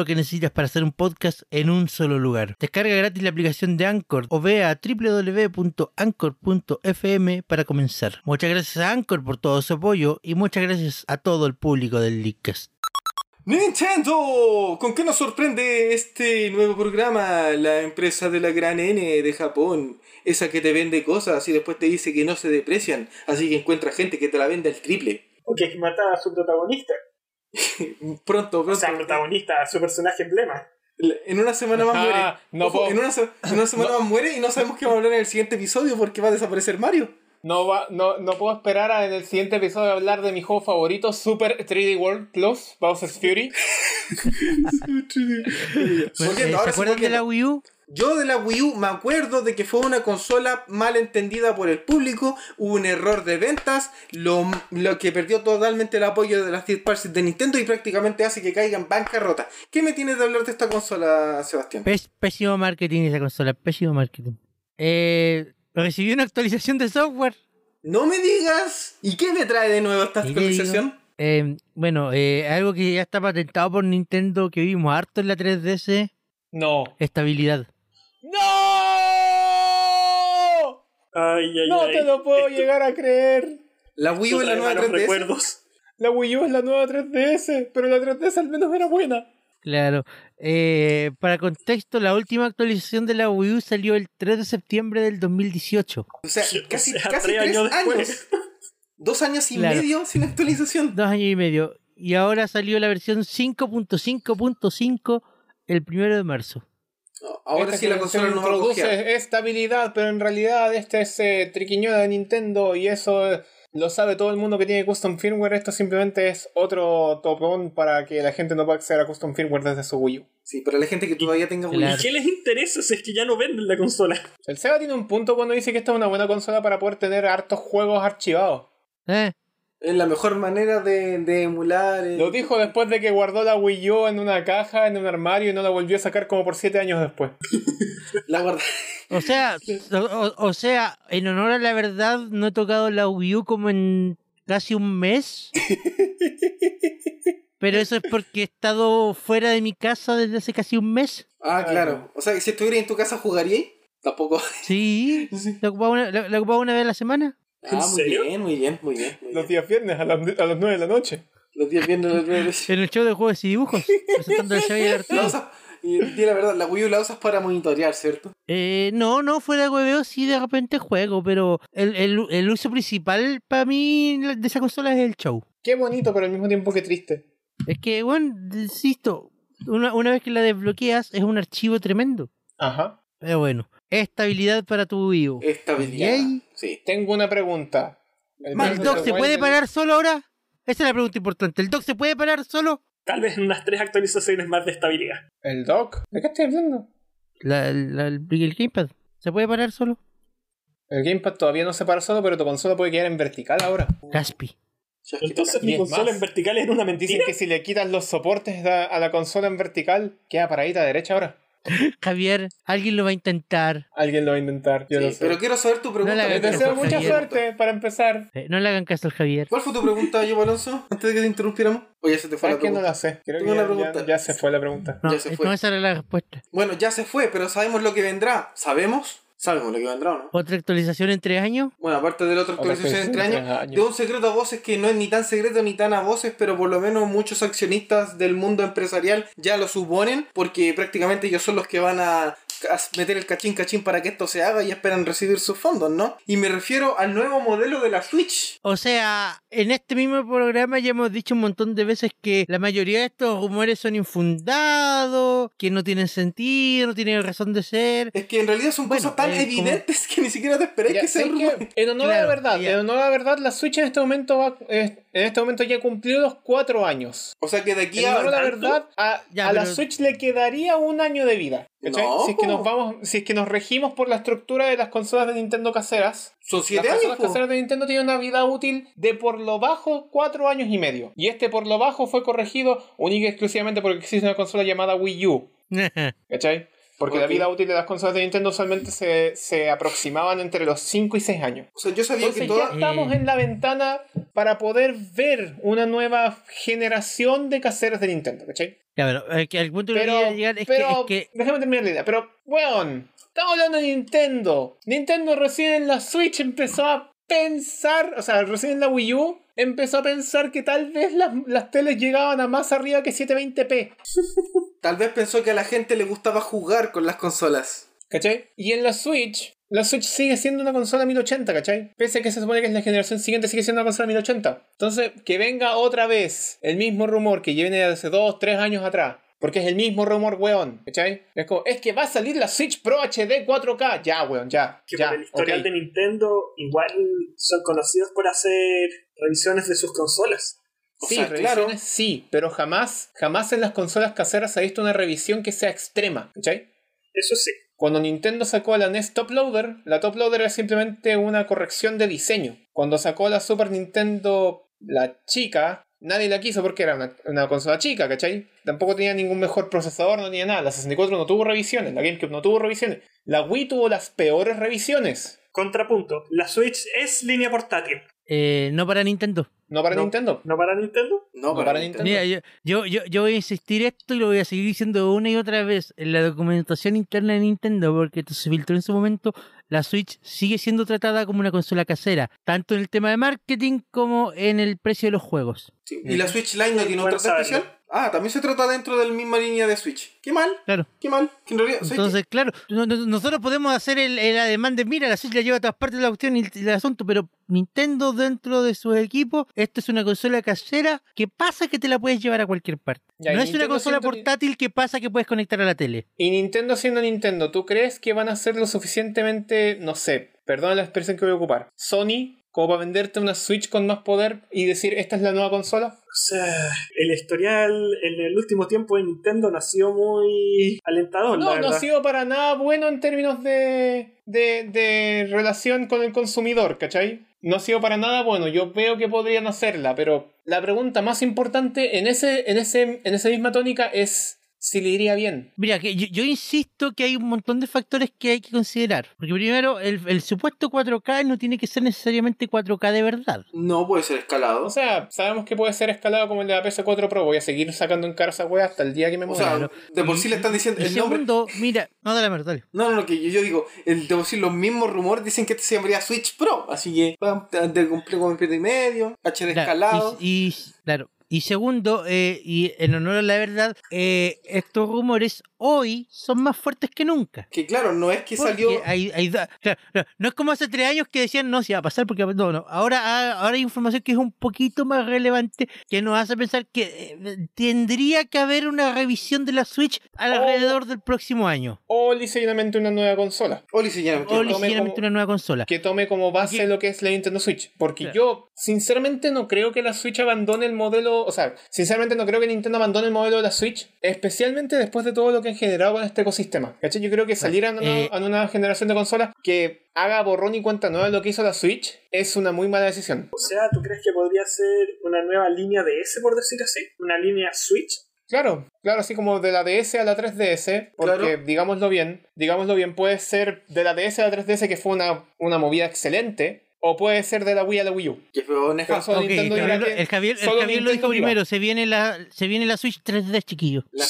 [SPEAKER 2] lo que necesitas para hacer un podcast en un solo lugar. Descarga gratis la aplicación de Anchor o ve a www.anchor.fm para comenzar. Muchas gracias a Anchor por todo su apoyo y muchas gracias a todo el público del Leadcast.
[SPEAKER 1] Nintendo, ¿con qué nos sorprende este nuevo programa? La empresa de la gran N de Japón, esa que te vende cosas y después te dice que no se deprecian, así que encuentra gente que te la vende al triple.
[SPEAKER 5] O que mata a su protagonista.
[SPEAKER 1] Pronto, pronto.
[SPEAKER 5] O sea, protagonista, a su personaje emblema.
[SPEAKER 1] en una semana más
[SPEAKER 3] Ah,
[SPEAKER 1] muere.
[SPEAKER 3] no
[SPEAKER 1] Ojo,
[SPEAKER 3] puedo.
[SPEAKER 1] en, una se- en una semana más muere y no sabemos qué va a hablar en el siguiente episodio porque va a desaparecer Mario.
[SPEAKER 3] No, va, no, no puedo esperar a en el siguiente episodio hablar de mi juego favorito, Super 3D World Plus, Bowser's Fury.
[SPEAKER 2] Bueno,
[SPEAKER 1] Volviendo,
[SPEAKER 2] eh, ¿Se
[SPEAKER 1] ahora sí,
[SPEAKER 2] acuerdan de
[SPEAKER 1] volviendo.
[SPEAKER 2] la Wii U?
[SPEAKER 1] Yo de la Wii U me acuerdo de que fue una consola mal entendida por el público, hubo un error de ventas, lo, lo que perdió totalmente el apoyo de las third parties de Nintendo y prácticamente hace que caigan bancarrota. ¿Qué me tienes de hablar de esta consola, Sebastián?
[SPEAKER 2] Pés- pésimo marketing esa consola, pésimo marketing. Eh, recibí una actualización de software.
[SPEAKER 1] No me digas. ¿Y qué me trae de nuevo esta
[SPEAKER 2] Y le digo,
[SPEAKER 1] actualización?
[SPEAKER 2] eh, bueno, eh, algo que ya está patentado por Nintendo que vimos harto en la 3DS,
[SPEAKER 3] No.
[SPEAKER 2] estabilidad.
[SPEAKER 3] ¡No!
[SPEAKER 5] Ay, ay,
[SPEAKER 3] No
[SPEAKER 5] ay.
[SPEAKER 3] te lo puedo
[SPEAKER 5] Esto-
[SPEAKER 3] llegar a creer.
[SPEAKER 1] La Wii U es la
[SPEAKER 5] esto
[SPEAKER 1] nueva
[SPEAKER 5] trae malos
[SPEAKER 1] 3DS.
[SPEAKER 5] recuerdos.
[SPEAKER 3] La Wii U es la nueva 3DS, pero la 3DS al menos era buena.
[SPEAKER 2] Claro. Eh, para contexto, la última actualización de la Wii U salió el 3 de septiembre del 2018.
[SPEAKER 1] O sea,
[SPEAKER 5] Sí, o
[SPEAKER 1] casi,
[SPEAKER 5] sea,
[SPEAKER 1] casi
[SPEAKER 5] tres
[SPEAKER 1] tres
[SPEAKER 5] años
[SPEAKER 1] años.
[SPEAKER 5] después.
[SPEAKER 1] Dos años y
[SPEAKER 2] Claro.
[SPEAKER 1] medio sin actualización.
[SPEAKER 2] Dos años y medio. Y ahora salió la versión 5.5.5 el primero de marzo.
[SPEAKER 1] Ahora
[SPEAKER 3] Esta
[SPEAKER 1] sí la
[SPEAKER 3] que
[SPEAKER 1] consola
[SPEAKER 3] se
[SPEAKER 1] nos va a
[SPEAKER 3] introduce ¿eh?
[SPEAKER 1] bloquear.
[SPEAKER 3] estabilidad, pero en realidad este es eh, triquiñuela de Nintendo y eso eh, lo sabe todo el mundo que tiene custom firmware. Esto simplemente es otro topón para que la gente no pueda acceder a custom firmware desde su Wii U.
[SPEAKER 1] Sí, para la gente que todavía tenga Wii.
[SPEAKER 2] Claro.
[SPEAKER 5] ¿Qué les interesa si es que ya no venden la consola?
[SPEAKER 3] El Seba tiene un punto cuando dice que esta es una buena consola para poder tener hartos juegos archivados.
[SPEAKER 2] ¿Eh?
[SPEAKER 1] Es la mejor manera de, de emular. eh.
[SPEAKER 3] Lo dijo después de que guardó la Wii U en una caja, en un armario y no la volvió a sacar como por 7 años después.
[SPEAKER 1] La guarda-
[SPEAKER 2] O sea, o, o- o sea, en honor a la verdad, no he tocado la Wii U como en casi un mes. Pero eso es porque he estado fuera de mi casa desde hace casi un mes.
[SPEAKER 1] Ah, claro. O sea, que si estuviera en tu casa, ¿jugaría? Tampoco.
[SPEAKER 2] Sí, la ocupaba una, la- la ocupaba una vez a la semana.
[SPEAKER 1] Ah, muy
[SPEAKER 5] serio?
[SPEAKER 1] bien, muy bien, muy bien. muy
[SPEAKER 3] Los
[SPEAKER 1] bien.
[SPEAKER 3] días viernes a, las- a las 9 de la noche.
[SPEAKER 1] Los días vienen los nueve.
[SPEAKER 2] En el show de juegos y dibujos, presentando el Xavier
[SPEAKER 1] La
[SPEAKER 2] Arturo.
[SPEAKER 1] usas, y di la verdad, la Wii U la usas para monitorear, ¿cierto?
[SPEAKER 2] Eh, no, no, fuera de hueveo sí de repente juego, pero el, el- el uso principal para mí de esa consola es el show.
[SPEAKER 3] Qué bonito, pero al mismo tiempo que triste.
[SPEAKER 2] Es que, bueno, insisto, una, una vez que la desbloqueas es un archivo tremendo.
[SPEAKER 3] Ajá.
[SPEAKER 2] Pero bueno, estabilidad para tu vivo.
[SPEAKER 1] Estabilidad.
[SPEAKER 2] Yay.
[SPEAKER 1] Sí.
[SPEAKER 3] Tengo una pregunta. El
[SPEAKER 1] Mal,
[SPEAKER 2] ¿El
[SPEAKER 3] Breath of
[SPEAKER 2] dock
[SPEAKER 3] the
[SPEAKER 2] se
[SPEAKER 3] Wild-
[SPEAKER 2] puede parar solo ahora? Esa es la pregunta importante. ¿El dock se puede parar solo?
[SPEAKER 5] Tal vez unas tres actualizaciones más de estabilidad.
[SPEAKER 3] ¿El dock? ¿De qué estoy hablando?
[SPEAKER 2] La- la- el, el gamepad. ¿Se puede parar solo?
[SPEAKER 3] El Gamepad todavía no se para solo, pero tu consola puede quedar en vertical ahora.
[SPEAKER 2] Caspi.
[SPEAKER 1] Ya es que
[SPEAKER 5] Entonces
[SPEAKER 1] toca.
[SPEAKER 3] Y
[SPEAKER 5] mi
[SPEAKER 3] es
[SPEAKER 5] consola
[SPEAKER 3] más.
[SPEAKER 5] en vertical era una
[SPEAKER 3] Dicen
[SPEAKER 5] mentira.
[SPEAKER 3] que si le quitas los soportes a, a la consola en vertical, queda paradita derecha ahora.
[SPEAKER 2] Javier, alguien lo va a intentar.
[SPEAKER 3] Alguien lo va a intentar, yo
[SPEAKER 1] Sí,
[SPEAKER 3] lo sé.
[SPEAKER 1] Pero quiero saber tu pregunta.
[SPEAKER 2] No la
[SPEAKER 1] ¿Cuál
[SPEAKER 3] Les
[SPEAKER 1] fue
[SPEAKER 3] deseo
[SPEAKER 2] Pero,
[SPEAKER 3] mucha
[SPEAKER 2] Javier-
[SPEAKER 3] suerte para empezar.
[SPEAKER 2] Eh, no le hagan caso al Javier.
[SPEAKER 1] ¿Cuál fue tu pregunta, Yo Alonso? Antes de que te interrumpiéramos. O ya se te fue
[SPEAKER 3] ¿Sabes
[SPEAKER 1] la
[SPEAKER 3] que no
[SPEAKER 1] pregunta.
[SPEAKER 3] la sé? Creo que
[SPEAKER 1] Tengo una
[SPEAKER 3] ya- ya,
[SPEAKER 1] pregunta.
[SPEAKER 3] ya se fue la pregunta.
[SPEAKER 2] No,
[SPEAKER 1] Ya se
[SPEAKER 2] eh,
[SPEAKER 1] fue.
[SPEAKER 2] no, esa era la respuesta.
[SPEAKER 1] Bueno, ya se fue, pero sabemos lo que vendrá. ¿Sabemos? Sabemos lo que vendrá, ¿o ¿no?
[SPEAKER 2] ¿Otra actualización en tres años?
[SPEAKER 1] Bueno, aparte del otro
[SPEAKER 3] Otra
[SPEAKER 1] actualización entre
[SPEAKER 3] actualización entre
[SPEAKER 1] años,
[SPEAKER 3] años.
[SPEAKER 1] este de un secreto a voces que no es ni tan secreto ni tan a voces, pero por lo menos muchos accionistas del mundo empresarial ya lo suponen, porque prácticamente ellos son los que van a, a meter el cachín cachín para que esto se haga y esperan recibir sus fondos, ¿no? Y me refiero al nuevo modelo de la Switch.
[SPEAKER 2] O sea, en este mismo programa ya hemos dicho un montón de veces que la mayoría de estos rumores son infundados, que no tienen sentido, no tienen razón de ser.
[SPEAKER 1] Es que en realidad son
[SPEAKER 2] Bueno,
[SPEAKER 1] cosas tan
[SPEAKER 2] eh, como-
[SPEAKER 1] evidentes que ni siquiera te esperáis
[SPEAKER 3] Ya,
[SPEAKER 1] que sean
[SPEAKER 3] sé que,
[SPEAKER 1] rumores.
[SPEAKER 3] en honor a la
[SPEAKER 2] Claro,
[SPEAKER 3] verdad,
[SPEAKER 2] ya.
[SPEAKER 3] en honor a la verdad, la Switch en este momento va, eh, en este momento ya cumplió los cuatro años.
[SPEAKER 1] O sea que de aquí
[SPEAKER 3] Y
[SPEAKER 1] a...
[SPEAKER 3] la verdad, a,
[SPEAKER 2] Ya,
[SPEAKER 3] a la
[SPEAKER 2] pero-
[SPEAKER 3] Switch le quedaría un año de vida. ¿cachai?
[SPEAKER 1] No,
[SPEAKER 3] Si, es que
[SPEAKER 1] po.
[SPEAKER 3] nos vamos, si es que nos regimos por la estructura de las consolas de Nintendo caseras,
[SPEAKER 1] Son
[SPEAKER 3] las
[SPEAKER 1] siete años,
[SPEAKER 3] consolas
[SPEAKER 1] po.
[SPEAKER 3] caseras de Nintendo tienen una vida útil de por lo bajo cuatro años y medio. Y este por lo bajo fue corregido única y exclusivamente porque existe una consola llamada Wii U. ¿Cachai? Porque la
[SPEAKER 1] Ok.
[SPEAKER 3] vida útil de las consolas de Nintendo usualmente se, se aproximaban entre los 5 y 6 años. Mm.
[SPEAKER 1] O sea, yo sabía que
[SPEAKER 3] Entonces ya
[SPEAKER 1] todas...
[SPEAKER 3] estamos
[SPEAKER 2] Eh.
[SPEAKER 3] en la ventana para poder ver una nueva generación de caseras de Nintendo, ¿cachai?
[SPEAKER 2] Ya, pero eh, que al punto que
[SPEAKER 3] Pero,
[SPEAKER 2] quería llegar es,
[SPEAKER 3] pero
[SPEAKER 2] que, es que
[SPEAKER 3] déjame terminar la idea. Pero, weón, estamos hablando de Nintendo. Nintendo recién en la Switch empezó a pensar, o sea, recién en la Wii U, empezó a pensar que tal vez las, las teles llegaban a más arriba que 720p.
[SPEAKER 1] Tal vez pensó que a la gente le gustaba jugar con las consolas.
[SPEAKER 3] ¿Cachai? Y en la Switch, la Switch sigue siendo una consola 1080, ¿cachai? Pese a que se supone que es la generación siguiente, sigue siendo una consola 1080. Entonces, que venga otra vez el mismo rumor que viene de hace 2, 3 años atrás. Porque es el mismo rumor, weón. ¿Cachai? Es como, es que va a salir la Switch Pro HD 4K. Ya, weón, ya.
[SPEAKER 5] Que
[SPEAKER 3] ya,
[SPEAKER 5] por el historial
[SPEAKER 3] ok.
[SPEAKER 5] de Nintendo, igual son conocidos por hacer revisiones de sus consolas.
[SPEAKER 1] O
[SPEAKER 3] Sí,
[SPEAKER 1] sea,
[SPEAKER 3] revisiones
[SPEAKER 1] claro.
[SPEAKER 3] sí, pero jamás, jamás en las consolas caseras se ha visto una revisión que sea extrema, ¿cachai?
[SPEAKER 5] Eso sí.
[SPEAKER 3] Cuando Nintendo sacó la NES Top Loader, la Top Loader era simplemente una corrección de diseño. Cuando sacó la Super Nintendo, la chica, nadie la quiso porque era una, una consola chica, ¿cachai? Tampoco tenía ningún mejor procesador, no tenía nada. La 64 no tuvo revisiones, la GameCube no tuvo revisiones. La Wii tuvo las peores revisiones.
[SPEAKER 5] Contrapunto. La Switch es línea portátil.
[SPEAKER 2] eh, no para Nintendo.
[SPEAKER 3] No para
[SPEAKER 5] No.
[SPEAKER 3] Nintendo.
[SPEAKER 5] ¿No para Nintendo?
[SPEAKER 1] No,
[SPEAKER 3] para Nintendo.
[SPEAKER 2] Mira, yo, yo, yo, yo voy a insistir esto y lo voy a seguir diciendo una y otra vez en la documentación interna de Nintendo, porque esto se filtró en su momento, la Switch sigue siendo tratada como una consola casera, tanto en el tema de marketing como en el precio de los juegos.
[SPEAKER 1] Sí. ¿Y la Switch Lite no tiene
[SPEAKER 5] Bueno,
[SPEAKER 1] otra
[SPEAKER 5] saberlo.
[SPEAKER 1] especial? Ah, también se trata dentro de la misma línea de Switch. Qué mal,
[SPEAKER 2] Claro.
[SPEAKER 1] qué mal. Que en realidad, ¿sabes
[SPEAKER 2] Entonces, claro, no- no- nosotros podemos hacer el, el ademán de mira, la Switch la lleva a todas partes de la cuestión y el, el asunto, pero Nintendo dentro de sus equipos, esta es una consola casera que pasa que te la puedes llevar a cualquier parte.
[SPEAKER 3] Ya, y
[SPEAKER 2] no es una
[SPEAKER 3] Nintendo
[SPEAKER 2] consola
[SPEAKER 3] siento que-
[SPEAKER 2] portátil que pasa que puedes conectar a la tele.
[SPEAKER 3] Y Nintendo siendo Nintendo, ¿tú crees que van a ser lo suficientemente, no sé, perdón la expresión que voy a ocupar, Sony, como para venderte una Switch con más poder y decir, esta es la nueva consola?
[SPEAKER 5] O sea, el historial en el último tiempo de Nintendo no ha sido muy alentador, la
[SPEAKER 3] No, no
[SPEAKER 5] verdad.
[SPEAKER 3] ha sido para nada bueno en términos de, de, de relación con el consumidor, ¿cachai? No ha sido para nada bueno. Yo veo que podrían hacerla, pero la pregunta más importante en, ese, en, ese, en esa misma tónica es si le iría bien.
[SPEAKER 2] Mira, que yo, yo insisto que hay un montón de factores que hay que considerar. Porque primero, el, el supuesto 4K no tiene que ser necesariamente 4K de verdad.
[SPEAKER 1] No puede ser escalado.
[SPEAKER 3] O sea, sabemos que puede ser escalado como el de la PS4 Pro. Voy a seguir sacando en cara esa wea hasta el día que me
[SPEAKER 1] O
[SPEAKER 3] muera.
[SPEAKER 1] sea,
[SPEAKER 3] ¿no?
[SPEAKER 1] de por sí le están diciendo
[SPEAKER 2] Y
[SPEAKER 1] el nombre.
[SPEAKER 2] segundo, mira, no dale, dale, dale.
[SPEAKER 1] No, no, no, que yo, yo digo, el, de por sí los mismos rumores dicen que este se llamaría Switch Pro. Así que pam, de cumple con el pie y medio, HD
[SPEAKER 2] Claro,
[SPEAKER 1] escalado.
[SPEAKER 2] Y, y- claro. Y segundo, eh, y en honor a la verdad, eh, estos rumores hoy son más fuertes que nunca.
[SPEAKER 1] Que claro, no es que
[SPEAKER 2] Porque
[SPEAKER 1] salió.
[SPEAKER 2] hay- hay da- claro, no, no es como hace tres años que decían no, si va a pasar, porque no, no. Ahora, ha- ahora hay información que es un poquito más relevante que nos hace pensar que eh, tendría que haber una revisión de la Switch
[SPEAKER 3] Oh.
[SPEAKER 2] alrededor del próximo año.
[SPEAKER 3] O ligeramente una nueva consola.
[SPEAKER 1] Oli se llama.
[SPEAKER 2] O
[SPEAKER 3] tome
[SPEAKER 2] ligeramente
[SPEAKER 3] como-
[SPEAKER 2] una nueva consola.
[SPEAKER 3] que tome como base
[SPEAKER 2] Aquí-
[SPEAKER 3] lo que es la Nintendo Switch. Porque
[SPEAKER 2] Claro.
[SPEAKER 3] yo, sinceramente, no creo que la Switch abandone el modelo. O sea, sinceramente, no creo que Nintendo abandone el modelo de la Switch, especialmente después de todo lo que han generado con este ecosistema. ¿Cachai? Yo creo que salir a una,
[SPEAKER 2] eh,
[SPEAKER 3] a una generación de consolas que haga borrón y cuenta nueva lo que hizo la Switch es una muy mala decisión.
[SPEAKER 5] O sea, ¿tú crees que podría ser una nueva línea de ese, por decir así? ¿Una línea Switch?
[SPEAKER 3] Claro, claro, así como de la DS a la 3DS, porque
[SPEAKER 1] Claro.
[SPEAKER 3] digámoslo bien, digámoslo bien, puede ser de la DS a la 3DS que fue una, una movida excelente, o puede ser de la Wii a la Wii U.
[SPEAKER 1] Que fue
[SPEAKER 3] Pero solo
[SPEAKER 2] Ok,
[SPEAKER 3] Nintendo
[SPEAKER 2] el
[SPEAKER 3] dirá
[SPEAKER 2] Javier-
[SPEAKER 3] que
[SPEAKER 2] el Javier, el
[SPEAKER 3] solo
[SPEAKER 2] Javier lo
[SPEAKER 3] Nintendo
[SPEAKER 2] dijo
[SPEAKER 3] dirá.
[SPEAKER 2] primero, se viene la, se viene la Switch 3D, chiquillo.
[SPEAKER 1] La,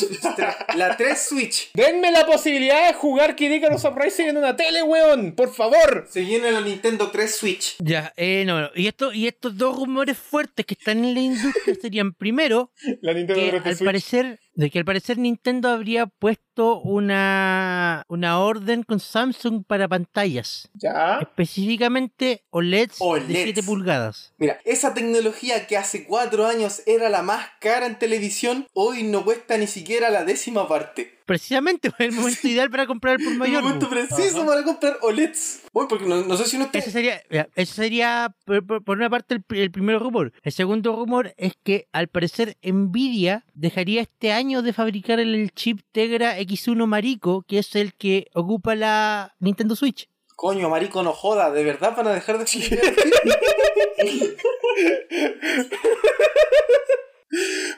[SPEAKER 1] la, 3 Switch.
[SPEAKER 3] Denme la posibilidad de jugar Kid Icarus Uprising en una tele, weón. Por favor.
[SPEAKER 1] Se viene la Nintendo 3 Switch.
[SPEAKER 2] Ya, eh, no, no. Y, esto, y estos dos rumores fuertes que están en la industria serían primero
[SPEAKER 3] La Nintendo
[SPEAKER 2] que
[SPEAKER 3] 3DS
[SPEAKER 2] al
[SPEAKER 3] Switch.
[SPEAKER 2] parecer, de que al parecer Nintendo habría puesto una, una orden con Samsung para pantallas,
[SPEAKER 3] Ya.
[SPEAKER 2] específicamente OLEDs, de
[SPEAKER 1] OLEDs.
[SPEAKER 2] 7 pulgadas.
[SPEAKER 1] Mira, esa tecnología que hace cuatro años era la más cara en televisión, hoy no cuesta ni siquiera la décima parte.
[SPEAKER 2] Precisamente fue el momento ideal para comprar por mayor.
[SPEAKER 1] El momento
[SPEAKER 2] bu.
[SPEAKER 1] preciso
[SPEAKER 3] Ajá.
[SPEAKER 1] para comprar E OLEDs. Bueno, porque no, no sé si uno te...
[SPEAKER 2] Ese sería, mira, ese sería por, por- por una parte, el, pri- el primer rumor. El segundo rumor es que, al parecer, Nvidia dejaría este año de fabricar el, el chip Tegra X1 Marico, que es el que ocupa la Nintendo Switch.
[SPEAKER 1] Coño, marico, no joda, ¿de verdad van a dejar de existir?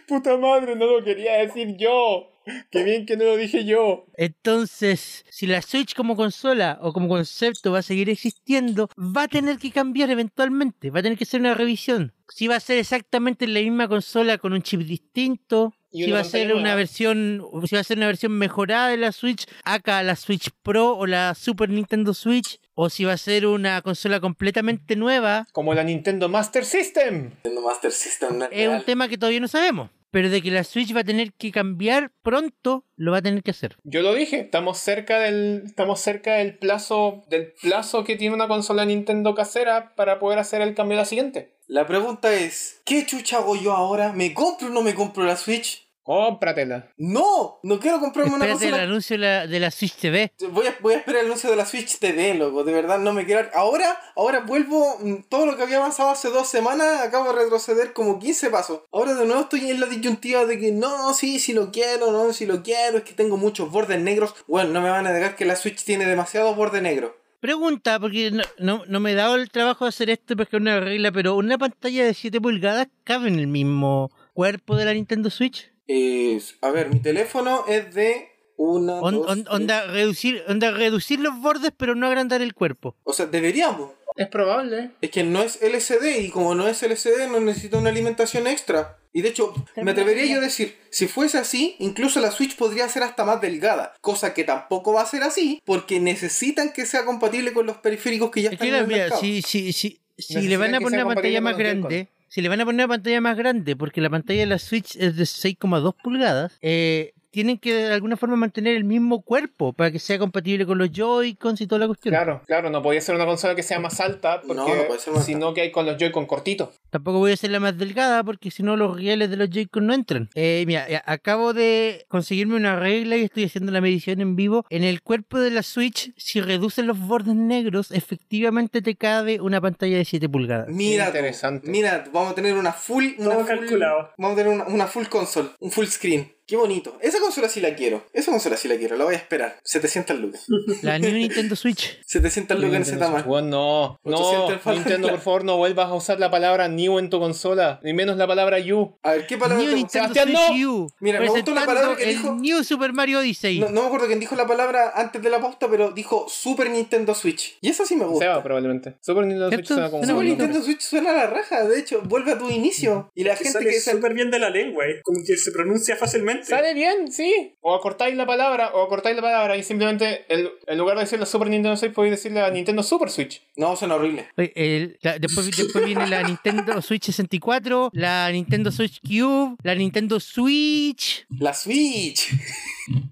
[SPEAKER 3] Puta madre, no lo quería decir yo. Qué bien que no lo dije yo.
[SPEAKER 2] Entonces, si la Switch como consola o como concepto va a seguir existiendo, va a tener que cambiar eventualmente, va a tener que ser una revisión. Si va a ser exactamente la misma consola con un chip distinto,
[SPEAKER 3] Y
[SPEAKER 2] si
[SPEAKER 3] una
[SPEAKER 2] va a ser
[SPEAKER 3] pantalla
[SPEAKER 2] una
[SPEAKER 3] nueva.
[SPEAKER 2] versión, si va a ser una versión mejorada de la Switch, acá la Switch Pro o la Super Nintendo Switch, o si va a ser una consola completamente nueva,
[SPEAKER 3] Como la Nintendo Master System.
[SPEAKER 1] Nintendo Master System, no es
[SPEAKER 2] es un
[SPEAKER 1] real.
[SPEAKER 2] tema que todavía no sabemos. Pero de que la Switch va a tener que cambiar pronto, lo va a tener que hacer.
[SPEAKER 3] Yo lo dije, estamos cerca del estamos cerca del plazo del plazo que tiene una consola Nintendo casera para poder hacer el cambio a la siguiente.
[SPEAKER 1] La pregunta es, ¿qué chucha hago yo ahora? ¿Me compro o no me compro la Switch?
[SPEAKER 3] Cómpratela.
[SPEAKER 1] ¡No! No quiero comprarme una
[SPEAKER 2] Espérate el
[SPEAKER 1] consola...
[SPEAKER 2] anuncio de la, de la Switch TV.
[SPEAKER 1] Voy a, voy a esperar el anuncio de la Switch TV, loco. De verdad, no me quiero... Ahora, ahora vuelvo... mm, Todo lo que había avanzado hace dos semanas, acabo de retroceder como 15 pasos. Ahora de nuevo estoy en la disyuntiva de que no, sí, si lo quiero, no, si lo quiero. Es que tengo muchos bordes negros. Bueno, no me van a negar que la Switch tiene demasiados bordes negros.
[SPEAKER 2] Pregunta, porque no, no, no me he dado el trabajo de hacer esto porque es una regla, pero una pantalla de 7 pulgadas cabe en el mismo cuerpo de la Nintendo Switch.
[SPEAKER 1] Es- a ver, mi teléfono es de... Una,
[SPEAKER 2] On-
[SPEAKER 1] dos,
[SPEAKER 2] on-
[SPEAKER 1] tres.
[SPEAKER 2] onda, reducir, onda reducir los bordes pero no agrandar el cuerpo.
[SPEAKER 1] O sea, deberíamos.
[SPEAKER 3] Es probable.
[SPEAKER 1] Es que no es LCD y como no es LCD no necesita una alimentación extra. Y de hecho, me atrevería yo a decir, si fuese así, incluso la Switch podría ser hasta más delgada, cosa que tampoco va a ser así, porque necesitan que sea compatible con los periféricos que ya
[SPEAKER 2] Es
[SPEAKER 1] están
[SPEAKER 2] que,
[SPEAKER 1] en el
[SPEAKER 2] mira,
[SPEAKER 1] mercado.
[SPEAKER 2] si, si, si, si le
[SPEAKER 3] Necesitan
[SPEAKER 2] van a
[SPEAKER 3] que
[SPEAKER 2] poner
[SPEAKER 3] sea
[SPEAKER 2] una pantalla
[SPEAKER 3] compatible
[SPEAKER 2] más
[SPEAKER 3] con los
[SPEAKER 2] grande, si le van a poner una pantalla más grande, porque la pantalla de la Switch es de 6,2 pulgadas, eh, tienen que de alguna forma mantener el mismo cuerpo para que sea compatible con los Joy-Cons y toda la cuestión.
[SPEAKER 3] Claro, claro, no podía ser una consola que sea más alta, porque
[SPEAKER 1] No, no puede ser más
[SPEAKER 3] si no, que hay con los Joy-Con cortitos.
[SPEAKER 2] Tampoco voy a hacerla más delgada porque si no los rieles de los Joy-Con no entran. Eh, mira, eh, acabo de conseguirme una regla y estoy haciendo la medición en vivo. En el cuerpo de la Switch, si reduces los bordes negros, efectivamente te cabe una pantalla de 7 pulgadas.
[SPEAKER 1] Mira, tú,
[SPEAKER 3] Interesante.
[SPEAKER 1] mira, tú, vamos a tener una full. Una
[SPEAKER 4] Todo
[SPEAKER 1] full-
[SPEAKER 4] calculado.
[SPEAKER 1] Vamos a tener una, una full console, un full screen. Qué bonito. Esa consola sí la quiero. Esa consola sí la quiero. La voy a esperar. 700 lucas.
[SPEAKER 2] La New Nintendo Switch.
[SPEAKER 1] 700 lucas en ese
[SPEAKER 3] Nintendo
[SPEAKER 1] tamaño.
[SPEAKER 3] Switch. Weón, no, no,
[SPEAKER 1] 800 para-
[SPEAKER 3] Nintendo, por favor, no vuelvas a usar la palabra new en tu consola, ni menos la palabra you.
[SPEAKER 1] A ver, ¿qué palabra
[SPEAKER 2] New
[SPEAKER 1] te-
[SPEAKER 2] Nintendo
[SPEAKER 3] Sebastián,
[SPEAKER 2] Switch
[SPEAKER 3] no.
[SPEAKER 2] U.
[SPEAKER 1] Mira, me gustó la palabra
[SPEAKER 2] presentando
[SPEAKER 1] que
[SPEAKER 2] el
[SPEAKER 1] dijo-
[SPEAKER 2] New Super Mario Odyssey.
[SPEAKER 1] No, no me acuerdo quién dijo la palabra antes de la pauta, pero dijo Super Nintendo Switch. Y esa sí me gusta.
[SPEAKER 3] Seba, probablemente. Super Nintendo Switch
[SPEAKER 2] ¿Cierto?
[SPEAKER 3] suena como
[SPEAKER 2] Suena
[SPEAKER 3] un
[SPEAKER 1] Super
[SPEAKER 2] bonito.
[SPEAKER 3] nombre.
[SPEAKER 1] Nintendo Switch suena a la raja. De hecho, vuelve a tu inicio. Y la
[SPEAKER 5] Que
[SPEAKER 1] gente
[SPEAKER 5] sale
[SPEAKER 1] que sale.
[SPEAKER 5] súper bien de la lengua, eh, como que se pronuncia fácilmente.
[SPEAKER 3] Sale bien, sí. O acortáis la palabra, o acortáis la palabra y simplemente el- en lugar de decirle Super Nintendo Switch, podéis decirle a Nintendo Super Switch.
[SPEAKER 1] No, suena horrible.
[SPEAKER 2] Oye, el- la- después, después viene la Nintendo Switch 64, la Nintendo Switch Cube, la Nintendo Switch
[SPEAKER 1] La Switch.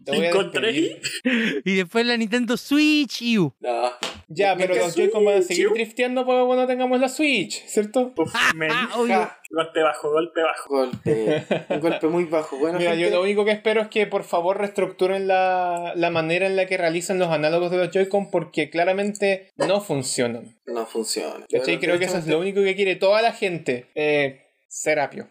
[SPEAKER 3] Te voy a
[SPEAKER 5] ¿Encontré?
[SPEAKER 3] despedir.
[SPEAKER 2] y después la Nintendo Switch U.
[SPEAKER 1] No.
[SPEAKER 3] Ya, pero los Joy-Con van a seguir drifteando pues, cuando tengamos la Switch, ¿cierto?
[SPEAKER 5] Uf, men.
[SPEAKER 2] Ah, obvio.
[SPEAKER 1] Ja,
[SPEAKER 5] Golpe bajo, golpe bajo.
[SPEAKER 1] golpe. Un golpe muy bajo. Bueno,
[SPEAKER 3] Mira, yo
[SPEAKER 1] gente,
[SPEAKER 3] lo único que espero es que por favor reestructuren la, la manera en la que realizan los análogos de los Joy-Con porque claramente no funcionan.
[SPEAKER 1] no funciona.
[SPEAKER 3] ¿Cachai?
[SPEAKER 1] Bueno,
[SPEAKER 3] Creo que eso es lo
[SPEAKER 1] directamente-
[SPEAKER 3] único que quiere toda la gente. Eh, Serapio.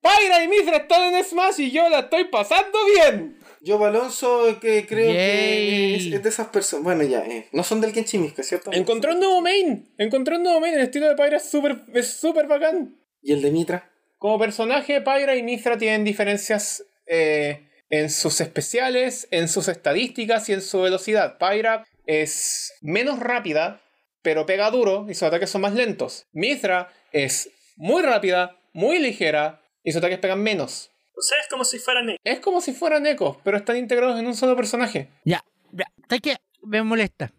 [SPEAKER 3] Pyra y Mithra están en Smash y yo la estoy pasando bien.
[SPEAKER 1] Yo, Balonso, que creo que
[SPEAKER 2] Yay.
[SPEAKER 1] es, es de esas personas. Bueno, ya, eh, no son del Kenchimisca, ¿cierto?
[SPEAKER 3] Encontré un nuevo main. Encontré un nuevo main. El estilo de Pyra es súper es súper bacán.
[SPEAKER 1] ¿Y el de Mitra?
[SPEAKER 3] Como personaje, Pyra y Mithra tienen diferencias eh, en sus especiales, en sus estadísticas y en su velocidad. Pyra es menos rápida, pero pega duro y sus ataques son más lentos. Mithra es muy rápida, muy ligera y sus ataques pegan menos.
[SPEAKER 5] O sea, es como si fueran ellos.
[SPEAKER 3] Es como si fueran ecos, pero están integrados en un solo personaje.
[SPEAKER 2] Ya, ya. ¿Sabes qué? Me molesta,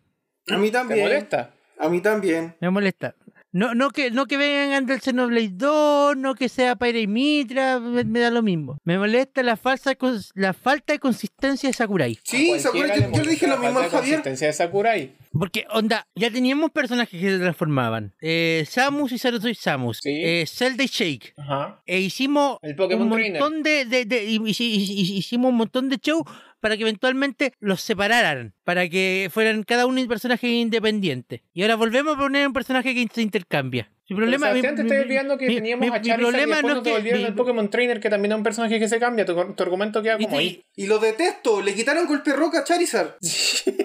[SPEAKER 1] A mí
[SPEAKER 3] ¿Te
[SPEAKER 1] también.
[SPEAKER 3] molesta?
[SPEAKER 1] A mí también.
[SPEAKER 2] me molesta. No, no que no que vengan del Xenoblade 2, no que sea Pyre y Mitra, me, me da lo mismo. Me molesta la falsa cons- la falta de consistencia de Sakurai.
[SPEAKER 1] Sí,
[SPEAKER 3] A
[SPEAKER 1] ¿se acuerdan?
[SPEAKER 3] cualquiera
[SPEAKER 1] Yo,
[SPEAKER 3] le
[SPEAKER 1] yo le dije
[SPEAKER 3] molesta
[SPEAKER 1] lo
[SPEAKER 3] la
[SPEAKER 1] mismo
[SPEAKER 3] falta
[SPEAKER 1] a
[SPEAKER 3] de
[SPEAKER 1] Javier.
[SPEAKER 3] consistencia de Sakurai.
[SPEAKER 2] Porque, onda, ya teníamos personajes que se transformaban. Eh, Samus y Sarutoy Samus.
[SPEAKER 3] Sí.
[SPEAKER 2] Eh, Zelda y Shake.
[SPEAKER 3] Ajá.
[SPEAKER 2] e hicimos
[SPEAKER 3] El Pokémon
[SPEAKER 2] un
[SPEAKER 3] Trainer.
[SPEAKER 2] montón de, de- de- y- y- y- y- hicimos un montón de show para que eventualmente los separaran para que fueran cada uno un personaje independiente y ahora volvemos a poner un personaje que se intercambia mi problema mi-
[SPEAKER 3] Sebastián, te
[SPEAKER 2] mi-
[SPEAKER 3] estoy
[SPEAKER 2] mi-
[SPEAKER 3] olvidando que
[SPEAKER 2] mi-
[SPEAKER 3] teníamos
[SPEAKER 2] mi-
[SPEAKER 3] a
[SPEAKER 2] mi
[SPEAKER 3] Charizard y
[SPEAKER 2] problema
[SPEAKER 3] después
[SPEAKER 2] no
[SPEAKER 3] nos
[SPEAKER 2] es que-
[SPEAKER 3] devolvieron
[SPEAKER 2] mi-
[SPEAKER 3] el Pokémon Trainer, que también es un personaje que se cambia. Tu, tu argumento queda
[SPEAKER 2] ¿viste?
[SPEAKER 3] como ahí.
[SPEAKER 1] Y lo detesto, le quitaron golpe roca a Charizard.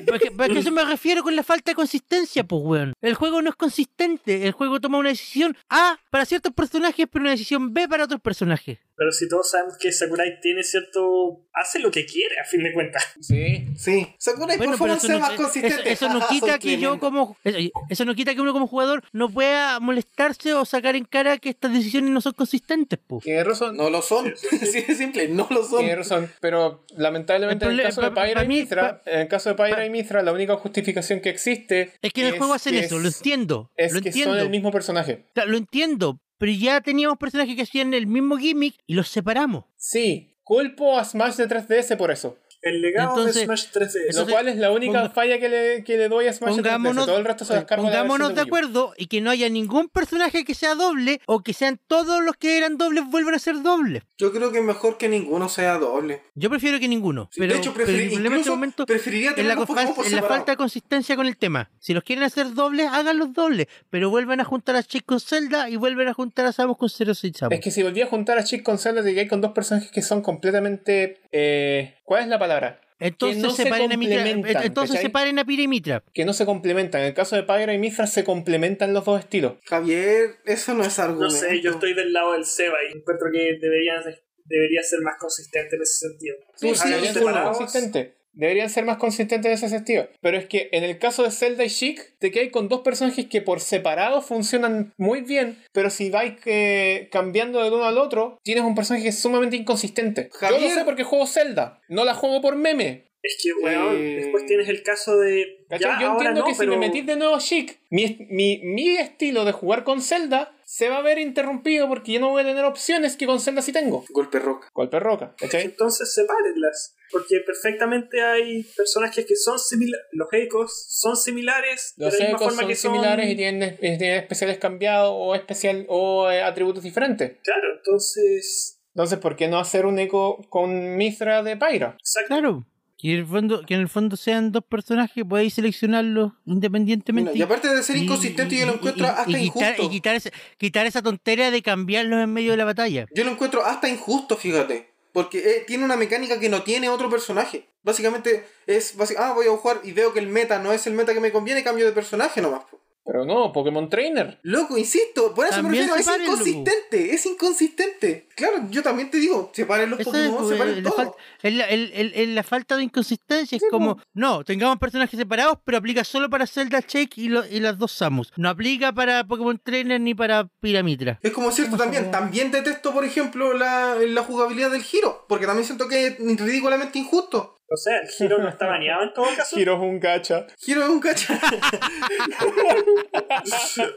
[SPEAKER 2] Porque, porque eso me refiero con la falta de consistencia, pues, weón. El juego no es consistente. El juego toma una decisión A para ciertos personajes, pero una decisión B para otros personajes.
[SPEAKER 5] Pero si todos sabemos que Sakurai tiene cierto. hace lo que quiere, a fin de cuentas.
[SPEAKER 3] Sí.
[SPEAKER 1] Sí. Sakurai,
[SPEAKER 2] Bueno,
[SPEAKER 1] por favor,
[SPEAKER 2] pero
[SPEAKER 1] sea
[SPEAKER 2] no-
[SPEAKER 1] más consistente.
[SPEAKER 2] eso- eso no
[SPEAKER 1] Jaja,
[SPEAKER 2] quita
[SPEAKER 1] son
[SPEAKER 2] que yo
[SPEAKER 1] tremendos.
[SPEAKER 2] como eso, eso no quita que uno como jugador no pueda molestarse o sacar en cara que estas decisiones no son consistentes, po.
[SPEAKER 3] Tienes razón.
[SPEAKER 1] No lo son. Así de simple, no lo son.
[SPEAKER 3] Tienes razón. Pero lamentablemente
[SPEAKER 2] El
[SPEAKER 3] en el
[SPEAKER 2] problema-
[SPEAKER 3] caso de
[SPEAKER 2] pa- pa-
[SPEAKER 3] Pyra
[SPEAKER 2] pa
[SPEAKER 3] y
[SPEAKER 2] mí-
[SPEAKER 3] Mithra, en el caso de Pyra y Mithra, la única justificación que existe
[SPEAKER 2] Es que en el juego hacen
[SPEAKER 3] que
[SPEAKER 2] eso,
[SPEAKER 3] es-
[SPEAKER 2] lo entiendo.
[SPEAKER 3] Es
[SPEAKER 2] lo
[SPEAKER 3] que
[SPEAKER 2] entiendo.
[SPEAKER 3] son el mismo personaje.
[SPEAKER 2] O sea, lo entiendo. Pero ya teníamos personajes que hacían el mismo gimmick y los separamos.
[SPEAKER 3] Sí. Culpo a Smash de 3DS por eso.
[SPEAKER 5] El legado
[SPEAKER 2] Entonces,
[SPEAKER 5] de Smash 3D.
[SPEAKER 2] eso- Entonces,
[SPEAKER 3] lo cual es la única
[SPEAKER 2] ponga-
[SPEAKER 3] falla que le, que le doy a Smash 3DS.
[SPEAKER 2] Pongámonos, eh,
[SPEAKER 3] Todo el resto se las cargo a la
[SPEAKER 2] pongámonos
[SPEAKER 3] versión
[SPEAKER 2] de
[SPEAKER 3] Wii U.
[SPEAKER 2] acuerdo y que no haya ningún personaje que sea doble o que sean todos los que eran dobles vuelvan a ser dobles.
[SPEAKER 1] Yo creo que mejor que ninguno sea doble.
[SPEAKER 2] Yo prefiero que ninguno.
[SPEAKER 1] Sí,
[SPEAKER 2] pero,
[SPEAKER 1] de hecho,
[SPEAKER 2] pero
[SPEAKER 1] preferir-
[SPEAKER 2] el problema en este
[SPEAKER 1] incluso
[SPEAKER 2] momento
[SPEAKER 1] preferiría
[SPEAKER 2] en
[SPEAKER 1] tener
[SPEAKER 2] la,
[SPEAKER 1] los Pokémon por
[SPEAKER 2] en la
[SPEAKER 1] separado.
[SPEAKER 2] falta de consistencia con el tema. Si los quieren hacer dobles, hagan los dobles. Pero vuelvan a juntar a Chick con Zelda y vuelven a juntar a Samus con Zero Six Samus.
[SPEAKER 3] Es que si volví a juntar a Chick con Zelda, te quedé con dos personajes que son completamente. eh, ¿Cuál es la palabra?
[SPEAKER 2] entonces
[SPEAKER 3] que no se
[SPEAKER 2] separen a Mitra.
[SPEAKER 3] complementan,
[SPEAKER 2] Entonces
[SPEAKER 3] ¿cachai?
[SPEAKER 2] separen a Pira y Mitra.
[SPEAKER 3] Que no se complementan. En el caso de Pyra y Mithra, se complementan los dos estilos.
[SPEAKER 1] Javier, eso no es
[SPEAKER 5] No
[SPEAKER 1] argumento.
[SPEAKER 5] sé, yo estoy del lado del Seba y encuentro que deberían, debería ser más consistente en ese sentido.
[SPEAKER 1] Sí, sí,
[SPEAKER 5] Háganlos
[SPEAKER 1] sí,
[SPEAKER 3] deberían, ser más
[SPEAKER 1] separados.
[SPEAKER 3] consistentes. Deberían ser más consistentes en ese sentido. Pero es que en el caso de Zelda y Chick, te quedas con dos personajes que por separado funcionan muy bien, pero si vais eh, cambiando de uno al otro, tienes un personaje que es sumamente inconsistente. Yo
[SPEAKER 1] Javier.
[SPEAKER 3] no sé por qué juego Zelda. No la juego por meme.
[SPEAKER 5] Es que, weón,
[SPEAKER 1] Eh.
[SPEAKER 5] después tienes el caso de
[SPEAKER 3] ¿Cachai?
[SPEAKER 5] Ya,
[SPEAKER 3] Yo
[SPEAKER 5] ahora
[SPEAKER 3] entiendo
[SPEAKER 5] no,
[SPEAKER 3] que si
[SPEAKER 5] pero-
[SPEAKER 3] me metís de nuevo Chic, mi, est- mi, mi estilo de jugar con Zelda se va a ver interrumpido porque yo no voy a tener opciones que con Zelda sí tengo.
[SPEAKER 1] Golpe roca.
[SPEAKER 3] Golpe roca, ¿cachai?
[SPEAKER 5] Entonces sepárenlas. Porque perfectamente hay personajes que son similares. Los ecos son similares.
[SPEAKER 3] Los
[SPEAKER 5] de la misma
[SPEAKER 3] ecos
[SPEAKER 5] forma
[SPEAKER 3] son
[SPEAKER 5] que son
[SPEAKER 3] similares y tienen, y tienen especiales cambiados o, especial, o eh, atributos diferentes.
[SPEAKER 5] Claro, entonces.
[SPEAKER 3] Entonces, ¿por qué no hacer un eco con Mithra de Pyra?
[SPEAKER 5] Exacto.
[SPEAKER 2] Claro. Que en el fondo, que en el fondo sean dos personajes, podéis seleccionarlos independientemente.
[SPEAKER 1] y aparte de ser inconsistente, yo lo
[SPEAKER 2] y-
[SPEAKER 1] encuentro
[SPEAKER 2] y-
[SPEAKER 1] hasta
[SPEAKER 2] y quitar,
[SPEAKER 1] injusto.
[SPEAKER 2] y quitar, ese- quitar esa tontería de cambiarlos en medio de la batalla.
[SPEAKER 1] Yo lo encuentro hasta injusto, fíjate. Porque eh, tiene una mecánica que no tiene otro personaje. Básicamente es, basi- ah, voy a jugar y veo que el meta no es el meta que me conviene, cambio de personaje nomás. po.
[SPEAKER 3] Pero no, Pokémon Trainer.
[SPEAKER 1] Loco, insisto, por eso
[SPEAKER 2] También
[SPEAKER 1] me refiero, es
[SPEAKER 2] sepárenlo, po.
[SPEAKER 1] inconsistente, es inconsistente. Claro, yo también te digo, separen los
[SPEAKER 2] Esa es,
[SPEAKER 1] Pokémon,
[SPEAKER 2] pues,
[SPEAKER 1] separen
[SPEAKER 2] la,
[SPEAKER 1] todo.
[SPEAKER 2] falta- es la- el- el- el- la falta de inconsistencia. Es como, no, tengamos personajes separados, pero aplica solo para Zelda Check y, lo- y las dos Samus. No aplica para Pokémon Trainer ni para Piramitra.
[SPEAKER 1] Es como cierto también, también detesto, por ejemplo, la, la jugabilidad del giro, porque también siento que es ridículamente injusto.
[SPEAKER 5] O sea, el giro no está baneado en todo caso.
[SPEAKER 3] Giro es un gacha.
[SPEAKER 1] Giro es un cacha.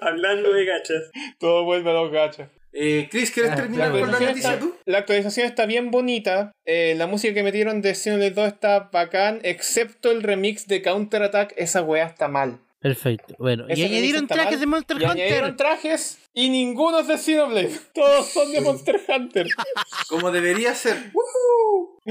[SPEAKER 5] Hablando de gachas.
[SPEAKER 3] Todo vuelve a los gachas.
[SPEAKER 1] Eh, Chris, ¿quieres terminar
[SPEAKER 2] Ah, claro.
[SPEAKER 1] con la
[SPEAKER 3] Sí,
[SPEAKER 1] noticia
[SPEAKER 3] está-
[SPEAKER 1] tú?
[SPEAKER 3] la actualización está bien bonita. eh, la música que metieron de Xenoblade 2 está bacán, excepto el remix de Counter Attack. Esa weá está mal.
[SPEAKER 2] Perfecto. Bueno,
[SPEAKER 3] Ese
[SPEAKER 2] y
[SPEAKER 3] remix
[SPEAKER 2] añadieron
[SPEAKER 3] está
[SPEAKER 2] trajes
[SPEAKER 3] mal,
[SPEAKER 2] de Monster
[SPEAKER 3] y
[SPEAKER 2] Hunter.
[SPEAKER 3] Añadieron trajes y ninguno es de Xenoblade. Todos son de Monster Hunter.
[SPEAKER 1] Como debería ser.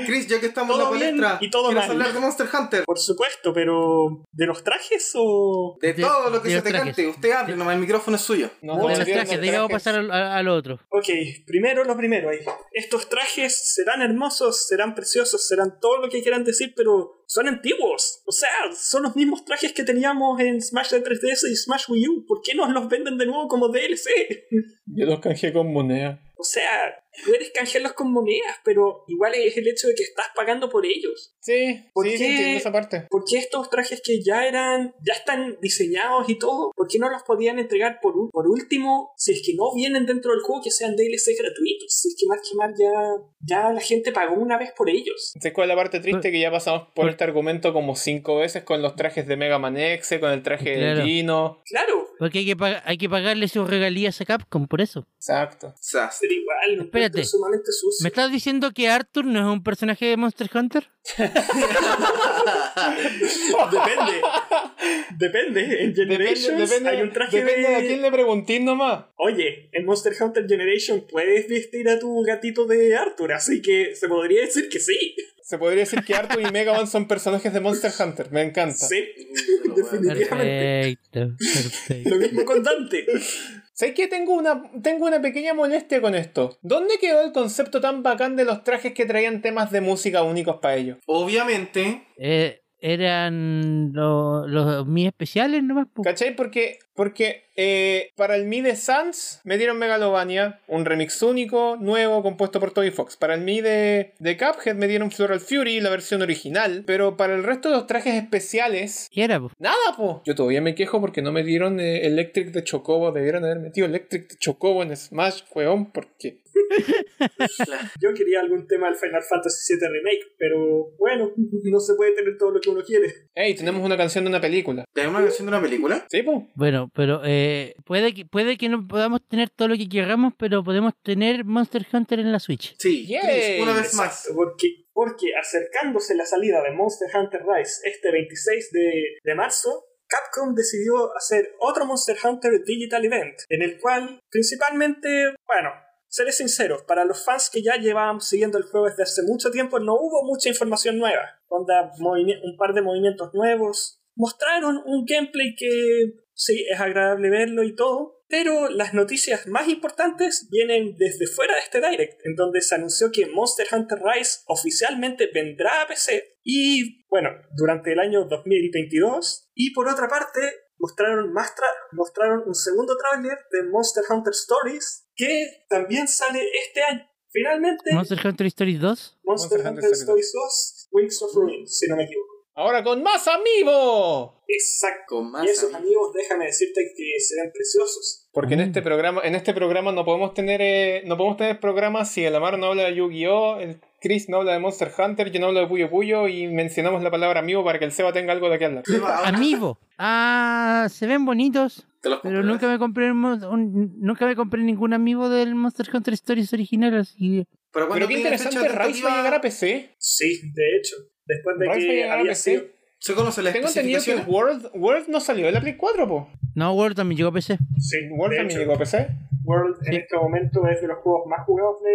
[SPEAKER 1] Chris, ya que estamos en la
[SPEAKER 5] Todo bien
[SPEAKER 1] palestra,
[SPEAKER 5] y todo
[SPEAKER 1] ¿quieres
[SPEAKER 5] mal.
[SPEAKER 1] hablar de Monster Hunter?
[SPEAKER 5] Por supuesto, pero. ¿De los trajes o.
[SPEAKER 1] De,
[SPEAKER 2] De-
[SPEAKER 1] todo lo que
[SPEAKER 2] de
[SPEAKER 1] se
[SPEAKER 2] los
[SPEAKER 1] te
[SPEAKER 2] trajes.
[SPEAKER 1] cante, usted hable, nomás el micrófono es suyo.
[SPEAKER 3] Nos
[SPEAKER 2] De los
[SPEAKER 3] devolvieron
[SPEAKER 2] trajes, de ahí vamos a pasar al, al- al otro.
[SPEAKER 5] Ok, primero lo primero ahí. Estos trajes serán hermosos, serán preciosos, serán todo lo que quieran decir, pero son antiguos. O sea, son los mismos trajes que teníamos en Smash de 3DS y Smash Wii U. ¿Por qué nos los venden de nuevo como DLC?
[SPEAKER 3] Yo los canjeé con moneda.
[SPEAKER 5] O sea, puedes canjearlos con monedas, pero igual es el hecho de que estás pagando por ellos.
[SPEAKER 3] Sí,
[SPEAKER 5] ¿Por
[SPEAKER 3] sí, sí,
[SPEAKER 5] qué?
[SPEAKER 3] entiendo esa parte.
[SPEAKER 5] ¿Por qué estos trajes que ya eran, ya están diseñados y todo, por qué no los podían entregar por, ú- por último? Si es que no vienen dentro del juego, que sean DLC gratuitos. Si es que más que más ya, ya la gente pagó una vez por ellos.
[SPEAKER 3] ¿Sabes cuál es la parte triste? Que ya pasamos por este argumento como cinco veces con los trajes de Mega Man X, con el traje
[SPEAKER 2] Claro.
[SPEAKER 3] de Dino.
[SPEAKER 5] Claro,
[SPEAKER 2] Porque hay que, pag- hay que pagarle sus regalías a Capcom por eso.
[SPEAKER 3] Exacto.
[SPEAKER 1] Sas.
[SPEAKER 5] pero igual, lo
[SPEAKER 2] Espérate.
[SPEAKER 5] encuentro sumamente sucio.
[SPEAKER 2] ¿Me estás diciendo que Arthur no es un personaje de Monster Hunter?
[SPEAKER 5] Depende. Depende.
[SPEAKER 3] Depende,
[SPEAKER 5] En Generations
[SPEAKER 3] depende,
[SPEAKER 5] hay un traje
[SPEAKER 3] depende
[SPEAKER 5] de...
[SPEAKER 3] de a quién le preguntís nomás.
[SPEAKER 5] Oye, en Monster Hunter Generation puedes vestir a tu gatito de Arthur, así que se podría decir que sí.
[SPEAKER 3] Se podría decir que Arthur y Mega Man son personajes de Monster Hunter. Me encanta.
[SPEAKER 5] Sí. Definitivamente.
[SPEAKER 2] Perfecto, perfecto.
[SPEAKER 5] Lo mismo con Dante.
[SPEAKER 3] ¿Sabes qué? Tengo una, tengo una pequeña molestia con esto. ¿Dónde quedó el concepto tan bacán de los trajes que traían temas de música únicos para ellos?
[SPEAKER 1] Obviamente,
[SPEAKER 2] Eh, eran lo- los mis especiales nomás. po.
[SPEAKER 3] ¿Cachai? Porque, porque eh, para el Mi de Sans me dieron Megalovania, un remix único, nuevo, compuesto por Toby Fox. Para el Mi de, de Cuphead me dieron Floral Fury, la versión original. Pero para el resto de los trajes especiales,
[SPEAKER 2] ¿Qué era? po?
[SPEAKER 3] Nada, po. Yo todavía me quejo porque no me dieron eh, Electric de Chocobo. Debieron haber metido Electric de Chocobo en Smash, weón, porque.
[SPEAKER 5] Yo quería algún tema del Final Fantasy VII Remake, pero bueno, no se puede tener todo lo que uno quiere.
[SPEAKER 3] Hey, tenemos una canción de una película.
[SPEAKER 1] ¿tenemos una versión de una película?
[SPEAKER 3] Sí, po.
[SPEAKER 2] Bueno, pero eh, puede, que, puede que no podamos tener todo lo que queramos, pero podemos tener Monster Hunter en la Switch.
[SPEAKER 1] Sí,
[SPEAKER 3] Yay.
[SPEAKER 1] Chris, una vez más.
[SPEAKER 5] Exacto, porque, porque acercándose la salida de Monster Hunter Rise este 26 de, de marzo, Capcom decidió hacer otro Monster Hunter Digital Event, en el cual principalmente, bueno, seré sincero, para los fans que ya llevaban siguiendo el juego desde hace mucho tiempo, no hubo mucha información nueva. Onda, movimi- un par de movimientos nuevos. Mostraron un gameplay que sí, es agradable verlo y todo. Pero las noticias más importantes vienen desde fuera de este direct, en donde se anunció que Monster Hunter Rise oficialmente vendrá a PC y, bueno, durante el año 2022. Y por otra parte, mostraron, más tra- mostraron un segundo tráiler de Monster Hunter Stories que también sale este año. Finalmente, Monster,
[SPEAKER 2] Monster Hunter Stories 2.
[SPEAKER 5] Hunter,
[SPEAKER 3] Hunter Stories
[SPEAKER 5] Stories 2, Wings of Ruin, si no me equivoco.
[SPEAKER 3] Ahora con más amigo.
[SPEAKER 5] Exacto.
[SPEAKER 1] Con más
[SPEAKER 5] Y esos
[SPEAKER 1] amigos.
[SPEAKER 5] amigos, déjame decirte que serán preciosos.
[SPEAKER 3] Porque en
[SPEAKER 2] Mm.
[SPEAKER 3] este programa, en este programa no podemos tener eh, no podemos tener programas si el Amaro no habla de Yu-Gi-Oh! El Chris no habla de Monster Hunter, yo no hablo de Puyo Puyo y mencionamos la palabra amigo para que el Seba tenga algo de qué hablar.
[SPEAKER 2] Amigo. Ah, se ven bonitos.
[SPEAKER 1] Te los
[SPEAKER 2] Pero
[SPEAKER 1] comprarás.
[SPEAKER 2] nunca me compré un mon- un- nunca me compré ningún amigo del Monster Hunter Stories original, así
[SPEAKER 1] Pero cuando
[SPEAKER 3] Pero qué
[SPEAKER 1] piden fecha
[SPEAKER 3] interesante,
[SPEAKER 1] de
[SPEAKER 3] Rise va a
[SPEAKER 1] tentativa,
[SPEAKER 3] llegar a PC.
[SPEAKER 5] Sí, de hecho. Después de
[SPEAKER 3] Rise va a
[SPEAKER 5] que
[SPEAKER 3] llegar a
[SPEAKER 5] había sido.
[SPEAKER 3] PC.
[SPEAKER 1] se conoce la
[SPEAKER 3] Tengo entendido que
[SPEAKER 1] especificación.
[SPEAKER 3] World, World no salió de la Play 4, po.
[SPEAKER 2] No, World también llegó a PC.
[SPEAKER 5] Sí,
[SPEAKER 3] World
[SPEAKER 5] de
[SPEAKER 3] también
[SPEAKER 5] hecho,
[SPEAKER 3] llegó a PC.
[SPEAKER 5] World en
[SPEAKER 2] Sí.
[SPEAKER 5] este momento es de los juegos más jugados de,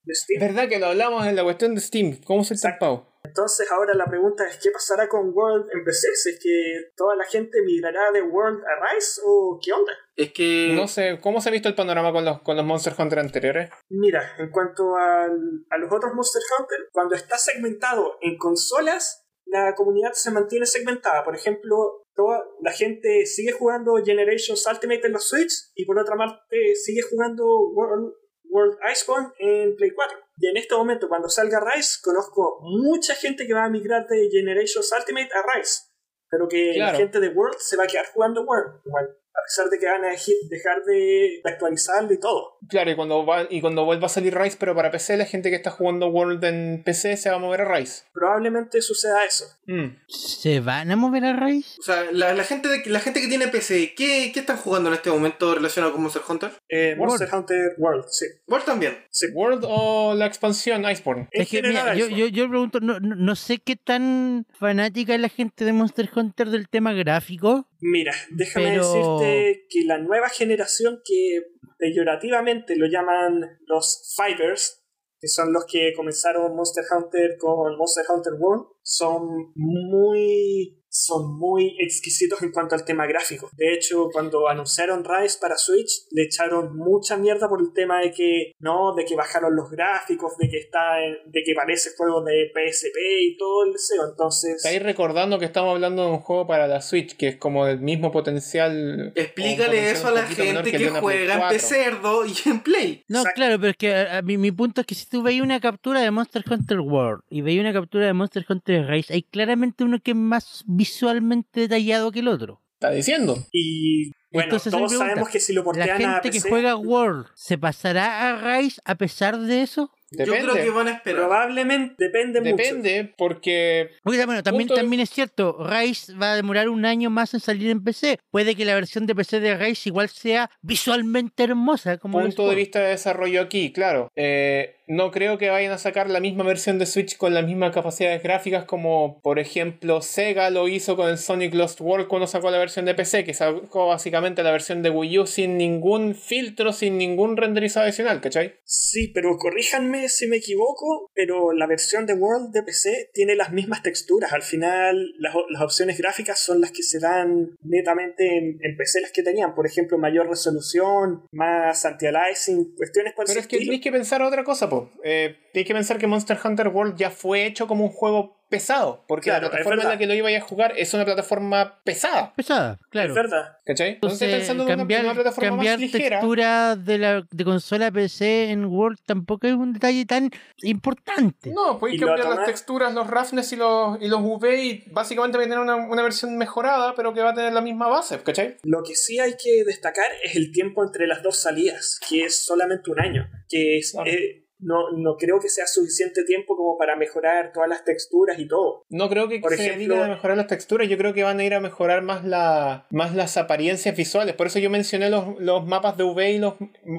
[SPEAKER 5] de
[SPEAKER 3] Es
[SPEAKER 5] Steam.
[SPEAKER 3] verdad que lo hablamos en la cuestión de Steam. ¿Cómo se
[SPEAKER 5] Exacto.
[SPEAKER 3] tapado?
[SPEAKER 5] Entonces ahora la pregunta es qué pasará con World en PC, si es que toda la gente migrará de World a Rise o qué onda.
[SPEAKER 1] Es que
[SPEAKER 3] No sé, ¿cómo se ha visto el panorama con los, con los Monster Hunter anteriores?
[SPEAKER 5] Mira, en cuanto al- a los otros Monster Hunter, cuando está segmentado en consolas, la comunidad se mantiene segmentada. Por ejemplo, toda la gente sigue jugando Generations Ultimate en la Switch y por otra parte sigue jugando World, World Iceborne en Play 4. Y en este momento, cuando salga Rise, conozco mucha gente que va a migrar de Generations Ultimate a Rise. Pero que
[SPEAKER 3] Claro.
[SPEAKER 5] la gente de World se va a quedar jugando World. Igual, a pesar de que van a dej- dejar de de actualizarlo y todo.
[SPEAKER 3] Claro, y cuando, va, y cuando vuelva a salir Rise, pero para PC, la gente que está jugando World en PC se va a mover a Rise.
[SPEAKER 5] probablemente suceda eso.
[SPEAKER 3] Mm.
[SPEAKER 2] ¿Se van a mover a raíz?
[SPEAKER 1] O sea, la, la gente de- la gente que tiene PC, ¿qué, qué están jugando en este momento relacionado con Monster Hunter?
[SPEAKER 5] Eh,
[SPEAKER 3] World.
[SPEAKER 5] Monster Hunter World, sí.
[SPEAKER 1] World también.
[SPEAKER 5] sí.
[SPEAKER 3] ¿World o la expansión Iceborne?
[SPEAKER 5] En
[SPEAKER 2] Es que,
[SPEAKER 5] general,
[SPEAKER 2] mira, yo,
[SPEAKER 5] eso.
[SPEAKER 2] yo, yo pregunto, no, no, no sé qué tan fanática es la gente de Monster Hunter del tema gráfico.
[SPEAKER 5] Mira, déjame
[SPEAKER 2] Pero-
[SPEAKER 5] decirte que la nueva generación que peyorativamente lo llaman los Fivers, que son los que comenzaron Monster Hunter con Monster Hunter World, son muy son muy exquisitos en cuanto al tema gráfico. De hecho, cuando anunciaron Rise para Switch, le echaron mucha mierda por el tema de que no, de que bajaron los gráficos, de que está en- de que parece juego de PSP y todo el deseo. Entonces,
[SPEAKER 3] Estáis recordando que estamos hablando de un juego para la Switch, que es como el mismo potencial. o un
[SPEAKER 1] Explícale
[SPEAKER 3] potencial
[SPEAKER 1] eso a
[SPEAKER 3] un
[SPEAKER 1] la
[SPEAKER 3] poquito menor
[SPEAKER 1] gente que,
[SPEAKER 3] el de una Play
[SPEAKER 1] juega en
[SPEAKER 3] 4.
[SPEAKER 1] PC cerdo y en Play.
[SPEAKER 2] No,
[SPEAKER 5] Exacto.
[SPEAKER 2] claro, pero es que a- a mí- mi, punto es que si tú veis una captura de Monster Hunter World y veis una captura de Monster Hunter Rise, hay claramente uno que es más visualmente detallado que el otro.
[SPEAKER 3] Está diciendo.
[SPEAKER 5] y bueno,
[SPEAKER 2] Entonces,
[SPEAKER 5] todos
[SPEAKER 2] mi pregunta,
[SPEAKER 5] sabemos que si lo
[SPEAKER 2] La
[SPEAKER 5] portean a
[SPEAKER 2] gente que
[SPEAKER 5] PC,
[SPEAKER 2] juega World, ¿se pasará a Rise a pesar de eso?
[SPEAKER 3] Depende.
[SPEAKER 1] Yo creo que van a esperar.
[SPEAKER 5] probablemente depende, mucho.
[SPEAKER 3] Depende, porque
[SPEAKER 2] Oiga, bueno, también,
[SPEAKER 3] Punto de-
[SPEAKER 2] también es cierto, Rise va a demorar un año más en salir en PC. Puede que la versión de PC de Rise igual sea visualmente hermosa. Como los
[SPEAKER 3] punto de
[SPEAKER 2] juegos.
[SPEAKER 3] vista de desarrollo aquí, claro. Eh, no creo que vayan a sacar la misma versión de Switch con las mismas capacidades gráficas como, por ejemplo, Sega lo hizo con el Sonic Lost World cuando sacó la versión de PC, que sacó básicamente la versión de Wii U sin ningún filtro, sin ningún renderizado adicional, ¿cachai?
[SPEAKER 5] Sí, pero corríjanme si me equivoco, pero la versión de World de PC tiene las mismas texturas. Al final, las, o- las opciones gráficas son las que se dan netamente en, en PC, las que tenían. Por ejemplo, mayor resolución, más anti-aliasing, cuestiones por
[SPEAKER 3] Pero
[SPEAKER 5] ese
[SPEAKER 3] es que
[SPEAKER 5] estilo.
[SPEAKER 3] tienes que pensar otra cosa, po. Eh, tienes que pensar que Monster Hunter World ya fue hecho como un juego pesado, porque
[SPEAKER 5] Claro,
[SPEAKER 3] la
[SPEAKER 5] es
[SPEAKER 3] plataforma en la
[SPEAKER 5] verdad.
[SPEAKER 3] que lo iba a jugar es una plataforma pesada,
[SPEAKER 2] Pesada, claro.
[SPEAKER 5] Es verdad.
[SPEAKER 3] ¿cachai? Entonces,
[SPEAKER 2] Entonces,
[SPEAKER 3] pensando en una-
[SPEAKER 2] cambiar,
[SPEAKER 3] en una, plataforma
[SPEAKER 2] cambiar
[SPEAKER 3] más ligera.
[SPEAKER 2] textura de, la, de consola a PC en World tampoco es un detalle tan importante.
[SPEAKER 3] No,
[SPEAKER 5] Y
[SPEAKER 3] podéis
[SPEAKER 5] lo
[SPEAKER 3] cambiar las
[SPEAKER 5] atomar.
[SPEAKER 3] texturas, los roughness y los, y los UV y básicamente va a tener una, una versión mejorada, pero que va a tener la misma base, ¿cachai?
[SPEAKER 5] Lo que sí hay que destacar es el tiempo entre las dos salidas, que es solamente un año, que es-
[SPEAKER 3] Claro.
[SPEAKER 5] eh, no, no creo que sea suficiente tiempo como para mejorar todas las texturas y todo.
[SPEAKER 3] No creo que
[SPEAKER 5] Por
[SPEAKER 3] se
[SPEAKER 5] ejemplo-
[SPEAKER 3] dediquen a mejorar las texturas, yo creo que van a ir a mejorar más, la, más las apariencias visuales. Por eso yo mencioné los, los mapas de UV y los,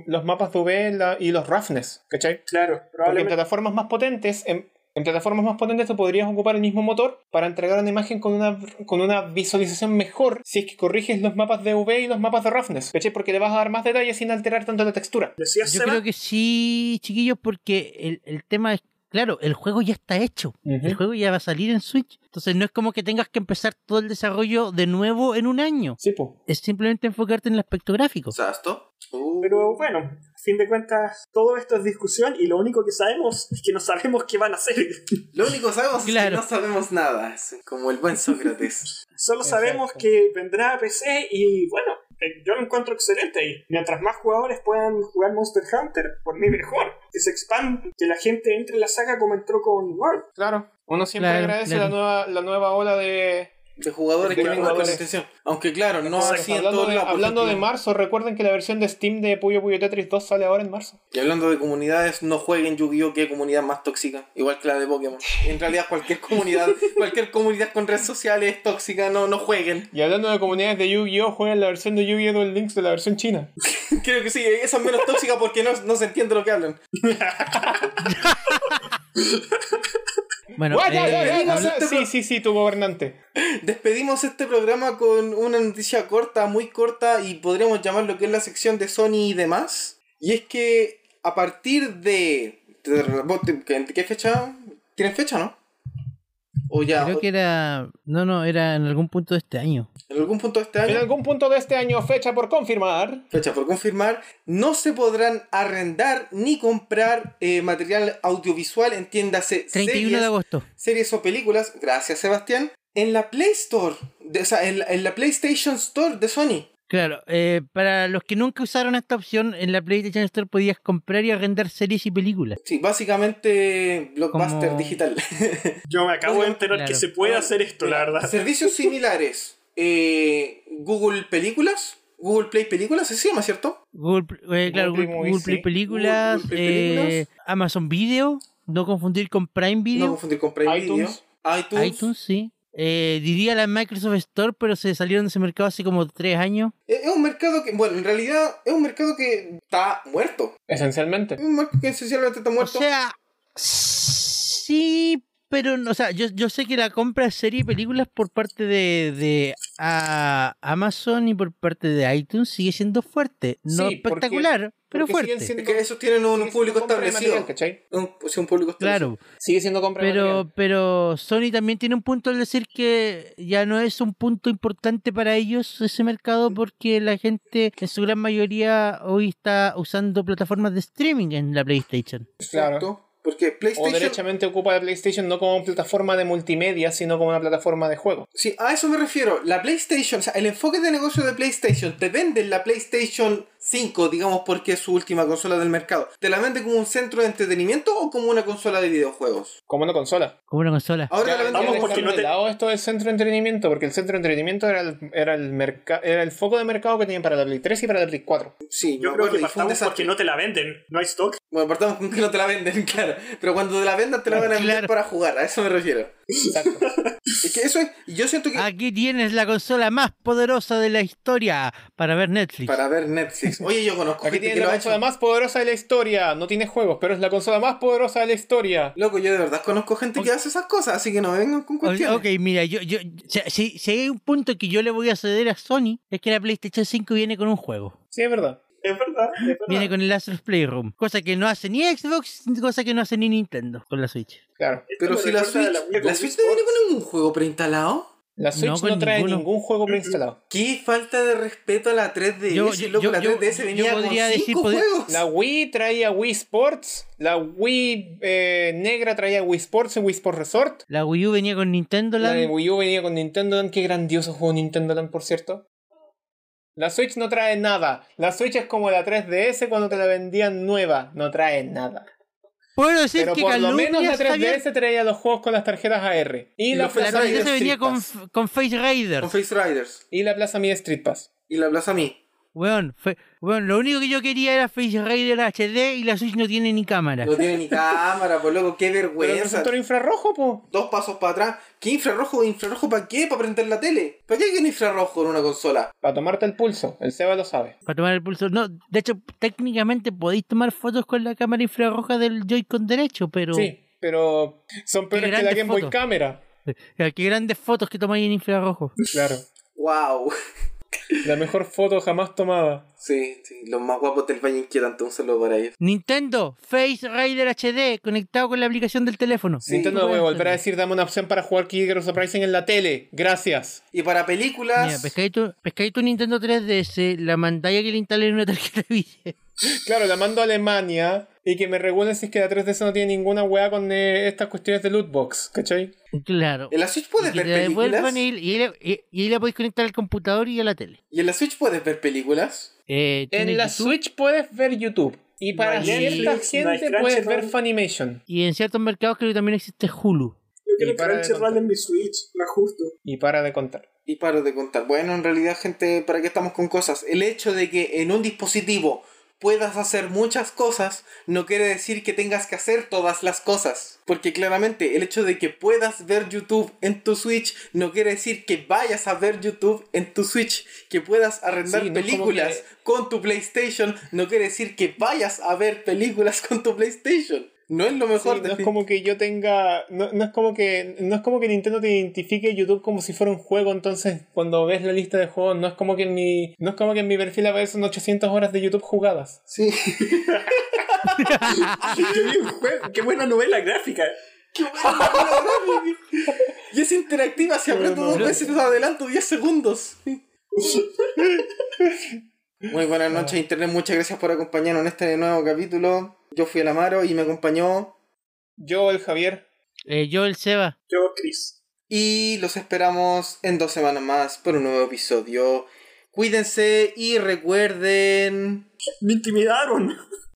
[SPEAKER 3] los mapas de UV la- y los roughness, ¿cachai?
[SPEAKER 5] Claro,
[SPEAKER 3] Porque en
[SPEAKER 5] probablemente.
[SPEAKER 3] plataformas más potentes, en, en plataformas más potentes tú podrías ocupar el mismo motor para entregar una imagen con una, con una visualización mejor si es que corriges los mapas de UV y los mapas de roughness, ¿cachai? Porque le vas a dar más detalle sin alterar tanto la textura.
[SPEAKER 5] Decía
[SPEAKER 2] Yo
[SPEAKER 5] Seba,
[SPEAKER 2] creo que sí, chiquillos, porque el, el tema es, claro, el juego ya está hecho.
[SPEAKER 3] ¿Eh?
[SPEAKER 2] El juego ya va a salir en Switch. Entonces no es como que tengas que empezar todo el desarrollo de nuevo en un año.
[SPEAKER 3] Sí, pues.
[SPEAKER 2] Es simplemente enfocarte en el aspecto gráfico.
[SPEAKER 1] Exacto. Uh,
[SPEAKER 5] Pero bueno, a fin de cuentas, todo esto es discusión y lo único que sabemos es que no sabemos qué van a hacer.
[SPEAKER 1] Lo único que sabemos es que
[SPEAKER 2] Claro.
[SPEAKER 1] no sabemos nada. Es como el buen Sócrates.
[SPEAKER 5] Solo
[SPEAKER 3] Exacto.
[SPEAKER 5] sabemos que vendrá a PC y bueno, eh, yo lo encuentro excelente ahí. Mientras más jugadores puedan jugar Monster Hunter, por mí mejor. Que se expande, que la gente entre en la saga como entró con World.
[SPEAKER 3] Claro. Uno siempre
[SPEAKER 2] Claro,
[SPEAKER 3] agradece
[SPEAKER 2] claro.
[SPEAKER 3] La, nueva, la nueva ola de,
[SPEAKER 1] de jugadores
[SPEAKER 4] De
[SPEAKER 1] que vengan con
[SPEAKER 4] jugadores.
[SPEAKER 1] la intención. Aunque claro, no
[SPEAKER 4] Exacto.
[SPEAKER 1] así en
[SPEAKER 3] Hablando,
[SPEAKER 1] todos
[SPEAKER 3] de,
[SPEAKER 1] lados. por
[SPEAKER 3] hablando de
[SPEAKER 1] ejemplo.
[SPEAKER 3] marzo, recuerden que la versión de Steam de Puyo Puyo Tetris 2 sale ahora en marzo.
[SPEAKER 1] Y hablando de comunidades, no jueguen Yu-Gi-Oh! que comunidad más tóxica, igual que la de Pokémon. En realidad cualquier comunidad, cualquier comunidad con redes sociales es tóxica, no, no jueguen.
[SPEAKER 3] Y hablando de comunidades de Yu-Gi-Oh, juegan la versión de Yu-Gi-Oh Duel Links de la versión china.
[SPEAKER 1] Creo que sí, esa es menos tóxica porque no, no se entiende lo que hablan.
[SPEAKER 2] Bueno,
[SPEAKER 3] Guaya,
[SPEAKER 2] eh,
[SPEAKER 3] guaya, guaya,
[SPEAKER 2] habla-
[SPEAKER 3] guaya. sí, sí, sí, tu gobernante.
[SPEAKER 1] Despedimos este programa con una noticia corta, muy corta, y podríamos llamar lo que es la sección de Sony y demás. Y es que a partir de... ¿vos te- ¿Qué qué fecha? ¿Tienen fecha, no? O ya,
[SPEAKER 2] creo que era. No, no, era en algún punto de este año.
[SPEAKER 1] en algún punto de este año...
[SPEAKER 3] En algún punto de este año, fecha por confirmar.
[SPEAKER 1] fecha por confirmar, no se podrán arrendar ni comprar eh, material audiovisual, entiéndase,
[SPEAKER 2] 31
[SPEAKER 1] series,
[SPEAKER 2] de agosto.
[SPEAKER 1] series o películas, gracias Sebastián, en la Play Store, de- o sea, en la, en la PlayStation Store de Sony.
[SPEAKER 2] Claro, eh, para los que nunca usaron esta opción, en la PlayStation Store podías comprar y arrendar series y películas.
[SPEAKER 1] Sí, básicamente blockbuster
[SPEAKER 2] Como-
[SPEAKER 1] digital.
[SPEAKER 5] Yo me acabo de enterar
[SPEAKER 2] Claro.
[SPEAKER 5] que se puede hacer esto, la verdad.
[SPEAKER 1] Servicios similares, eh, Google Películas, Google Play Películas, así se llama, ¿cierto?
[SPEAKER 2] Google, Pl- eh, claro,
[SPEAKER 3] Play
[SPEAKER 2] Google,
[SPEAKER 3] Movies,
[SPEAKER 2] Google Play
[SPEAKER 3] sí.
[SPEAKER 2] Películas,
[SPEAKER 1] Google Play
[SPEAKER 2] eh,
[SPEAKER 1] Películas.
[SPEAKER 2] Amazon Video, no confundir con Prime
[SPEAKER 1] No
[SPEAKER 2] Video,
[SPEAKER 1] confundir con Prime Video.
[SPEAKER 3] iTunes.
[SPEAKER 1] iTunes.
[SPEAKER 2] iTunes, sí. Eh, diría la Microsoft Store, pero se salieron de ese mercado hace como tres años.
[SPEAKER 1] Eh, Es un mercado que, bueno, en realidad es un mercado que está muerto.
[SPEAKER 3] Esencialmente.
[SPEAKER 1] Un marco que esencialmente está muerto.
[SPEAKER 2] O sea, sí, pero no- o sea, yo, yo sé que la compra de serie y películas por parte de, de, ah, Amazon y por parte de iTunes sigue siendo fuerte. No
[SPEAKER 3] Sí, porque-
[SPEAKER 2] espectacular, pero
[SPEAKER 3] Porque
[SPEAKER 2] fuerte.
[SPEAKER 3] siguen siendo-
[SPEAKER 1] es que esos tienen un
[SPEAKER 3] sigue
[SPEAKER 1] público
[SPEAKER 3] siendo compra de
[SPEAKER 1] establecido.
[SPEAKER 3] material, ¿cachai?
[SPEAKER 1] Un, sí, un público establecido.
[SPEAKER 2] Claro,
[SPEAKER 3] Sigue siendo compra de material.
[SPEAKER 2] pero, pero Sony también tiene un punto al decir que ya no es un punto importante para ellos ese
[SPEAKER 3] Mm.
[SPEAKER 2] mercado porque la gente en su gran mayoría hoy está usando plataformas de streaming en la PlayStation.
[SPEAKER 3] Claro.
[SPEAKER 1] Exacto. Porque
[SPEAKER 3] O
[SPEAKER 1] PlayStation.
[SPEAKER 3] derechamente ocupa la PlayStation no como plataforma de multimedia, sino como una plataforma de juego.
[SPEAKER 1] Sí, a eso me refiero. La PlayStation, o sea, el enfoque de negocio de PlayStation, te venden la PlayStation 5, digamos, porque es su última consola del mercado. ¿Te la venden como un centro de entretenimiento o como una consola de videojuegos?
[SPEAKER 3] Como una consola.
[SPEAKER 2] Como una consola.
[SPEAKER 1] Ahora
[SPEAKER 3] Ya,
[SPEAKER 1] la venden
[SPEAKER 5] vamos
[SPEAKER 1] como
[SPEAKER 3] ya
[SPEAKER 5] porque
[SPEAKER 3] dejaron
[SPEAKER 5] no
[SPEAKER 3] de
[SPEAKER 5] te-
[SPEAKER 3] lado esto del centro de entretenimiento, porque el centro de entretenimiento era el, era el, merca- era el foco de mercado que tenían para la Play 3 y para la Play 4.
[SPEAKER 1] Sí,
[SPEAKER 5] Yo
[SPEAKER 1] me
[SPEAKER 5] creo
[SPEAKER 1] acuerdo,
[SPEAKER 5] que
[SPEAKER 1] y fue un
[SPEAKER 5] partamos porque
[SPEAKER 1] desastre.
[SPEAKER 5] no te la venden. No hay stock.
[SPEAKER 1] Bueno, partamos con que no te la venden, claro. Pero cuando te la vendan, te la van a vender
[SPEAKER 2] Claro.
[SPEAKER 1] para jugar. A eso me refiero.
[SPEAKER 3] Exacto.
[SPEAKER 1] Es que eso es. Yo siento que.
[SPEAKER 2] Aquí tienes la consola más poderosa de la historia para ver Netflix.
[SPEAKER 1] Para ver Netflix. Oye, yo conozco
[SPEAKER 3] Aquí
[SPEAKER 1] gente
[SPEAKER 3] tienes
[SPEAKER 1] que lo
[SPEAKER 3] la
[SPEAKER 1] ha
[SPEAKER 3] consola
[SPEAKER 1] hecho.
[SPEAKER 3] más poderosa de la historia. No tiene juegos, pero es la consola más poderosa de la historia.
[SPEAKER 1] Loco, yo de verdad conozco gente que hace esas cosas, así que no me vengan con
[SPEAKER 2] O-
[SPEAKER 1] cuestiones.
[SPEAKER 2] ok, mira, yo, yo, o sea, si, si hay un punto que yo le voy a ceder a Sony, es que la PlayStation 5 viene con un juego.
[SPEAKER 3] Sí, es verdad.
[SPEAKER 5] Es verdad, es verdad.
[SPEAKER 2] Viene con el Astros Playroom. Cosa que no hace ni Xbox, cosa que no hace ni Nintendo con la Switch.
[SPEAKER 3] Claro.
[SPEAKER 5] Esto
[SPEAKER 1] Pero
[SPEAKER 5] me
[SPEAKER 1] si la
[SPEAKER 5] recuerda a
[SPEAKER 1] Switch.
[SPEAKER 5] Wii
[SPEAKER 1] ¿La
[SPEAKER 5] con
[SPEAKER 1] Switch no
[SPEAKER 5] Wii
[SPEAKER 1] viene
[SPEAKER 5] Sports.
[SPEAKER 1] con ningún juego preinstalado?
[SPEAKER 3] La Switch
[SPEAKER 2] No,
[SPEAKER 3] no,
[SPEAKER 2] con
[SPEAKER 3] trae
[SPEAKER 2] ninguno.
[SPEAKER 3] ningún juego preinstalado.
[SPEAKER 1] Qué falta de respeto a la 3DS. Yo,
[SPEAKER 2] Yo- yo-
[SPEAKER 1] loco,
[SPEAKER 2] yo-
[SPEAKER 1] la
[SPEAKER 2] yo-
[SPEAKER 1] 3DS
[SPEAKER 2] yo
[SPEAKER 1] venía con
[SPEAKER 2] podría decir,
[SPEAKER 1] cinco
[SPEAKER 2] podría-
[SPEAKER 1] juegos.
[SPEAKER 3] La Wii traía Wii Sports, la Wii eh, negra traía Wii Sports y Wii Sports Resort.
[SPEAKER 2] La Wii U venía con Nintendo
[SPEAKER 3] La de
[SPEAKER 2] Land.
[SPEAKER 3] Wii U venía con Nintendo Land. Qué grandioso juego Nintendo Land, por cierto. La Switch no trae nada. La Switch es como la 3DS cuando te la vendían nueva. No trae nada.
[SPEAKER 2] Puedo decir
[SPEAKER 3] Pero
[SPEAKER 2] que
[SPEAKER 3] por lo menos la
[SPEAKER 2] Calumnias está bien.
[SPEAKER 3] 3DS traía los juegos con las tarjetas AR. Y la,
[SPEAKER 1] Los
[SPEAKER 2] La
[SPEAKER 3] Plaza Mi
[SPEAKER 2] 3DS
[SPEAKER 1] Riders,
[SPEAKER 2] venía con,
[SPEAKER 1] tripas.
[SPEAKER 2] con Face Raiders.
[SPEAKER 1] Con Face Riders.
[SPEAKER 3] y la Plaza Mi Street Pass.
[SPEAKER 1] Y la Plaza Mi.
[SPEAKER 2] Weón, fue- weón, lo único que yo quería era Face Raiders HD y la Switch no tiene ni cámara.
[SPEAKER 1] No tiene ni cámara, por loco, qué
[SPEAKER 3] Pero el
[SPEAKER 1] vergüenza.
[SPEAKER 3] receptor infrarrojo, po.
[SPEAKER 1] Dos pasos para atrás. ¿Qué infrarrojo? ¿Infrarrojo para qué? ¿Para prender la tele? ¿Para qué hay un infrarrojo en una consola?
[SPEAKER 3] Para tomarte el pulso. El Seba lo sabe.
[SPEAKER 2] Para tomar el pulso. No, de hecho, técnicamente podéis tomar fotos con la cámara infrarroja del Joy-Con derecho, pero.
[SPEAKER 3] Sí, pero son peores que la
[SPEAKER 2] grandes
[SPEAKER 3] Game Boy
[SPEAKER 2] fotos.
[SPEAKER 3] Cámara.
[SPEAKER 2] Ya, Eh, Qué grandes fotos que tomáis en infrarrojo.
[SPEAKER 3] Claro.
[SPEAKER 1] ¡Wow!
[SPEAKER 3] La mejor foto jamás tomada.
[SPEAKER 1] Sí, sí, los más guapos del Valle Inquietante. Un saludo para ellos.
[SPEAKER 2] Nintendo, Face Raider HD, conectado con la aplicación del teléfono.
[SPEAKER 3] Nintendo no voy a volver a decir, dame una opción para jugar Kid Icarus Uprising en la tele. Gracias.
[SPEAKER 1] Y para películas.
[SPEAKER 2] Mira, pescadito, pescadito Nintendo 3DS, la pantalla que le instalen en una tarjeta de video.
[SPEAKER 3] Claro, la mando a Alemania y que me regulen si es que la 3DS no tiene ninguna weá con eh, estas cuestiones de lootbox, ¿cachai?
[SPEAKER 2] Claro.
[SPEAKER 1] ¿En la Switch
[SPEAKER 2] Y
[SPEAKER 1] puedes
[SPEAKER 2] que
[SPEAKER 1] ver
[SPEAKER 2] te la
[SPEAKER 1] películas?
[SPEAKER 2] devuelvan y, y, la- y- y ahí la podéis conectar al computador y a la tele.
[SPEAKER 1] ¿Y en la Switch puedes ver películas?
[SPEAKER 2] Eh,
[SPEAKER 3] En
[SPEAKER 2] tiene
[SPEAKER 3] la
[SPEAKER 2] YouTube
[SPEAKER 3] Switch puedes ver YouTube. Y para
[SPEAKER 5] hay
[SPEAKER 3] cierta
[SPEAKER 5] Netflix, no hay
[SPEAKER 3] gente puedes ver
[SPEAKER 5] Crunchyroll.
[SPEAKER 3] Funimation.
[SPEAKER 2] Y en ciertos mercados creo que también existe Hulu.
[SPEAKER 5] Yo
[SPEAKER 4] Yo
[SPEAKER 3] Y
[SPEAKER 4] quiero
[SPEAKER 3] para de
[SPEAKER 4] Crunchyroll
[SPEAKER 3] contar.
[SPEAKER 4] en mi Switch, no es justo.
[SPEAKER 3] Y para de contar.
[SPEAKER 1] Y paro de contar. Bueno, en realidad, gente, ¿para qué estamos con cosas? El hecho de que en un dispositivo puedas hacer muchas cosas no quiere decir que tengas que hacer todas las cosas. Porque claramente el hecho de que puedas ver YouTube en tu Switch no quiere decir que vayas a ver YouTube en tu Switch. Que puedas arrendar
[SPEAKER 3] Sí, no es como
[SPEAKER 1] películas con tu PlayStation no quiere decir que vayas a ver películas con tu PlayStation. No es lo
[SPEAKER 3] Sí,
[SPEAKER 1] mejor
[SPEAKER 3] no es
[SPEAKER 1] de
[SPEAKER 3] como que yo tenga. No, no es como que. No es como que Nintendo te identifique YouTube como si fuera un juego. Entonces, cuando ves la lista de juegos, no es como que en mi. No es como que en mi perfil aparecen 800 horas de YouTube jugadas.
[SPEAKER 1] Sí.
[SPEAKER 4] Qué bien juego, Qué buena novela gráfica.
[SPEAKER 1] ¡Qué bueno! y es interactiva, si aprieto
[SPEAKER 3] Pero no,
[SPEAKER 1] dos
[SPEAKER 3] no.
[SPEAKER 1] veces adelanto 10 segundos. Muy buenas noches, Internet. Muchas gracias por acompañarnos en este nuevo capítulo. Yo fui el Amaro y me acompañó.
[SPEAKER 3] Yo, el Javier.
[SPEAKER 2] Eh, yo, el Seba.
[SPEAKER 4] Yo, Chris.
[SPEAKER 1] Y los esperamos en dos semanas más por un nuevo episodio. Cuídense y recuerden...
[SPEAKER 4] Me intimidaron.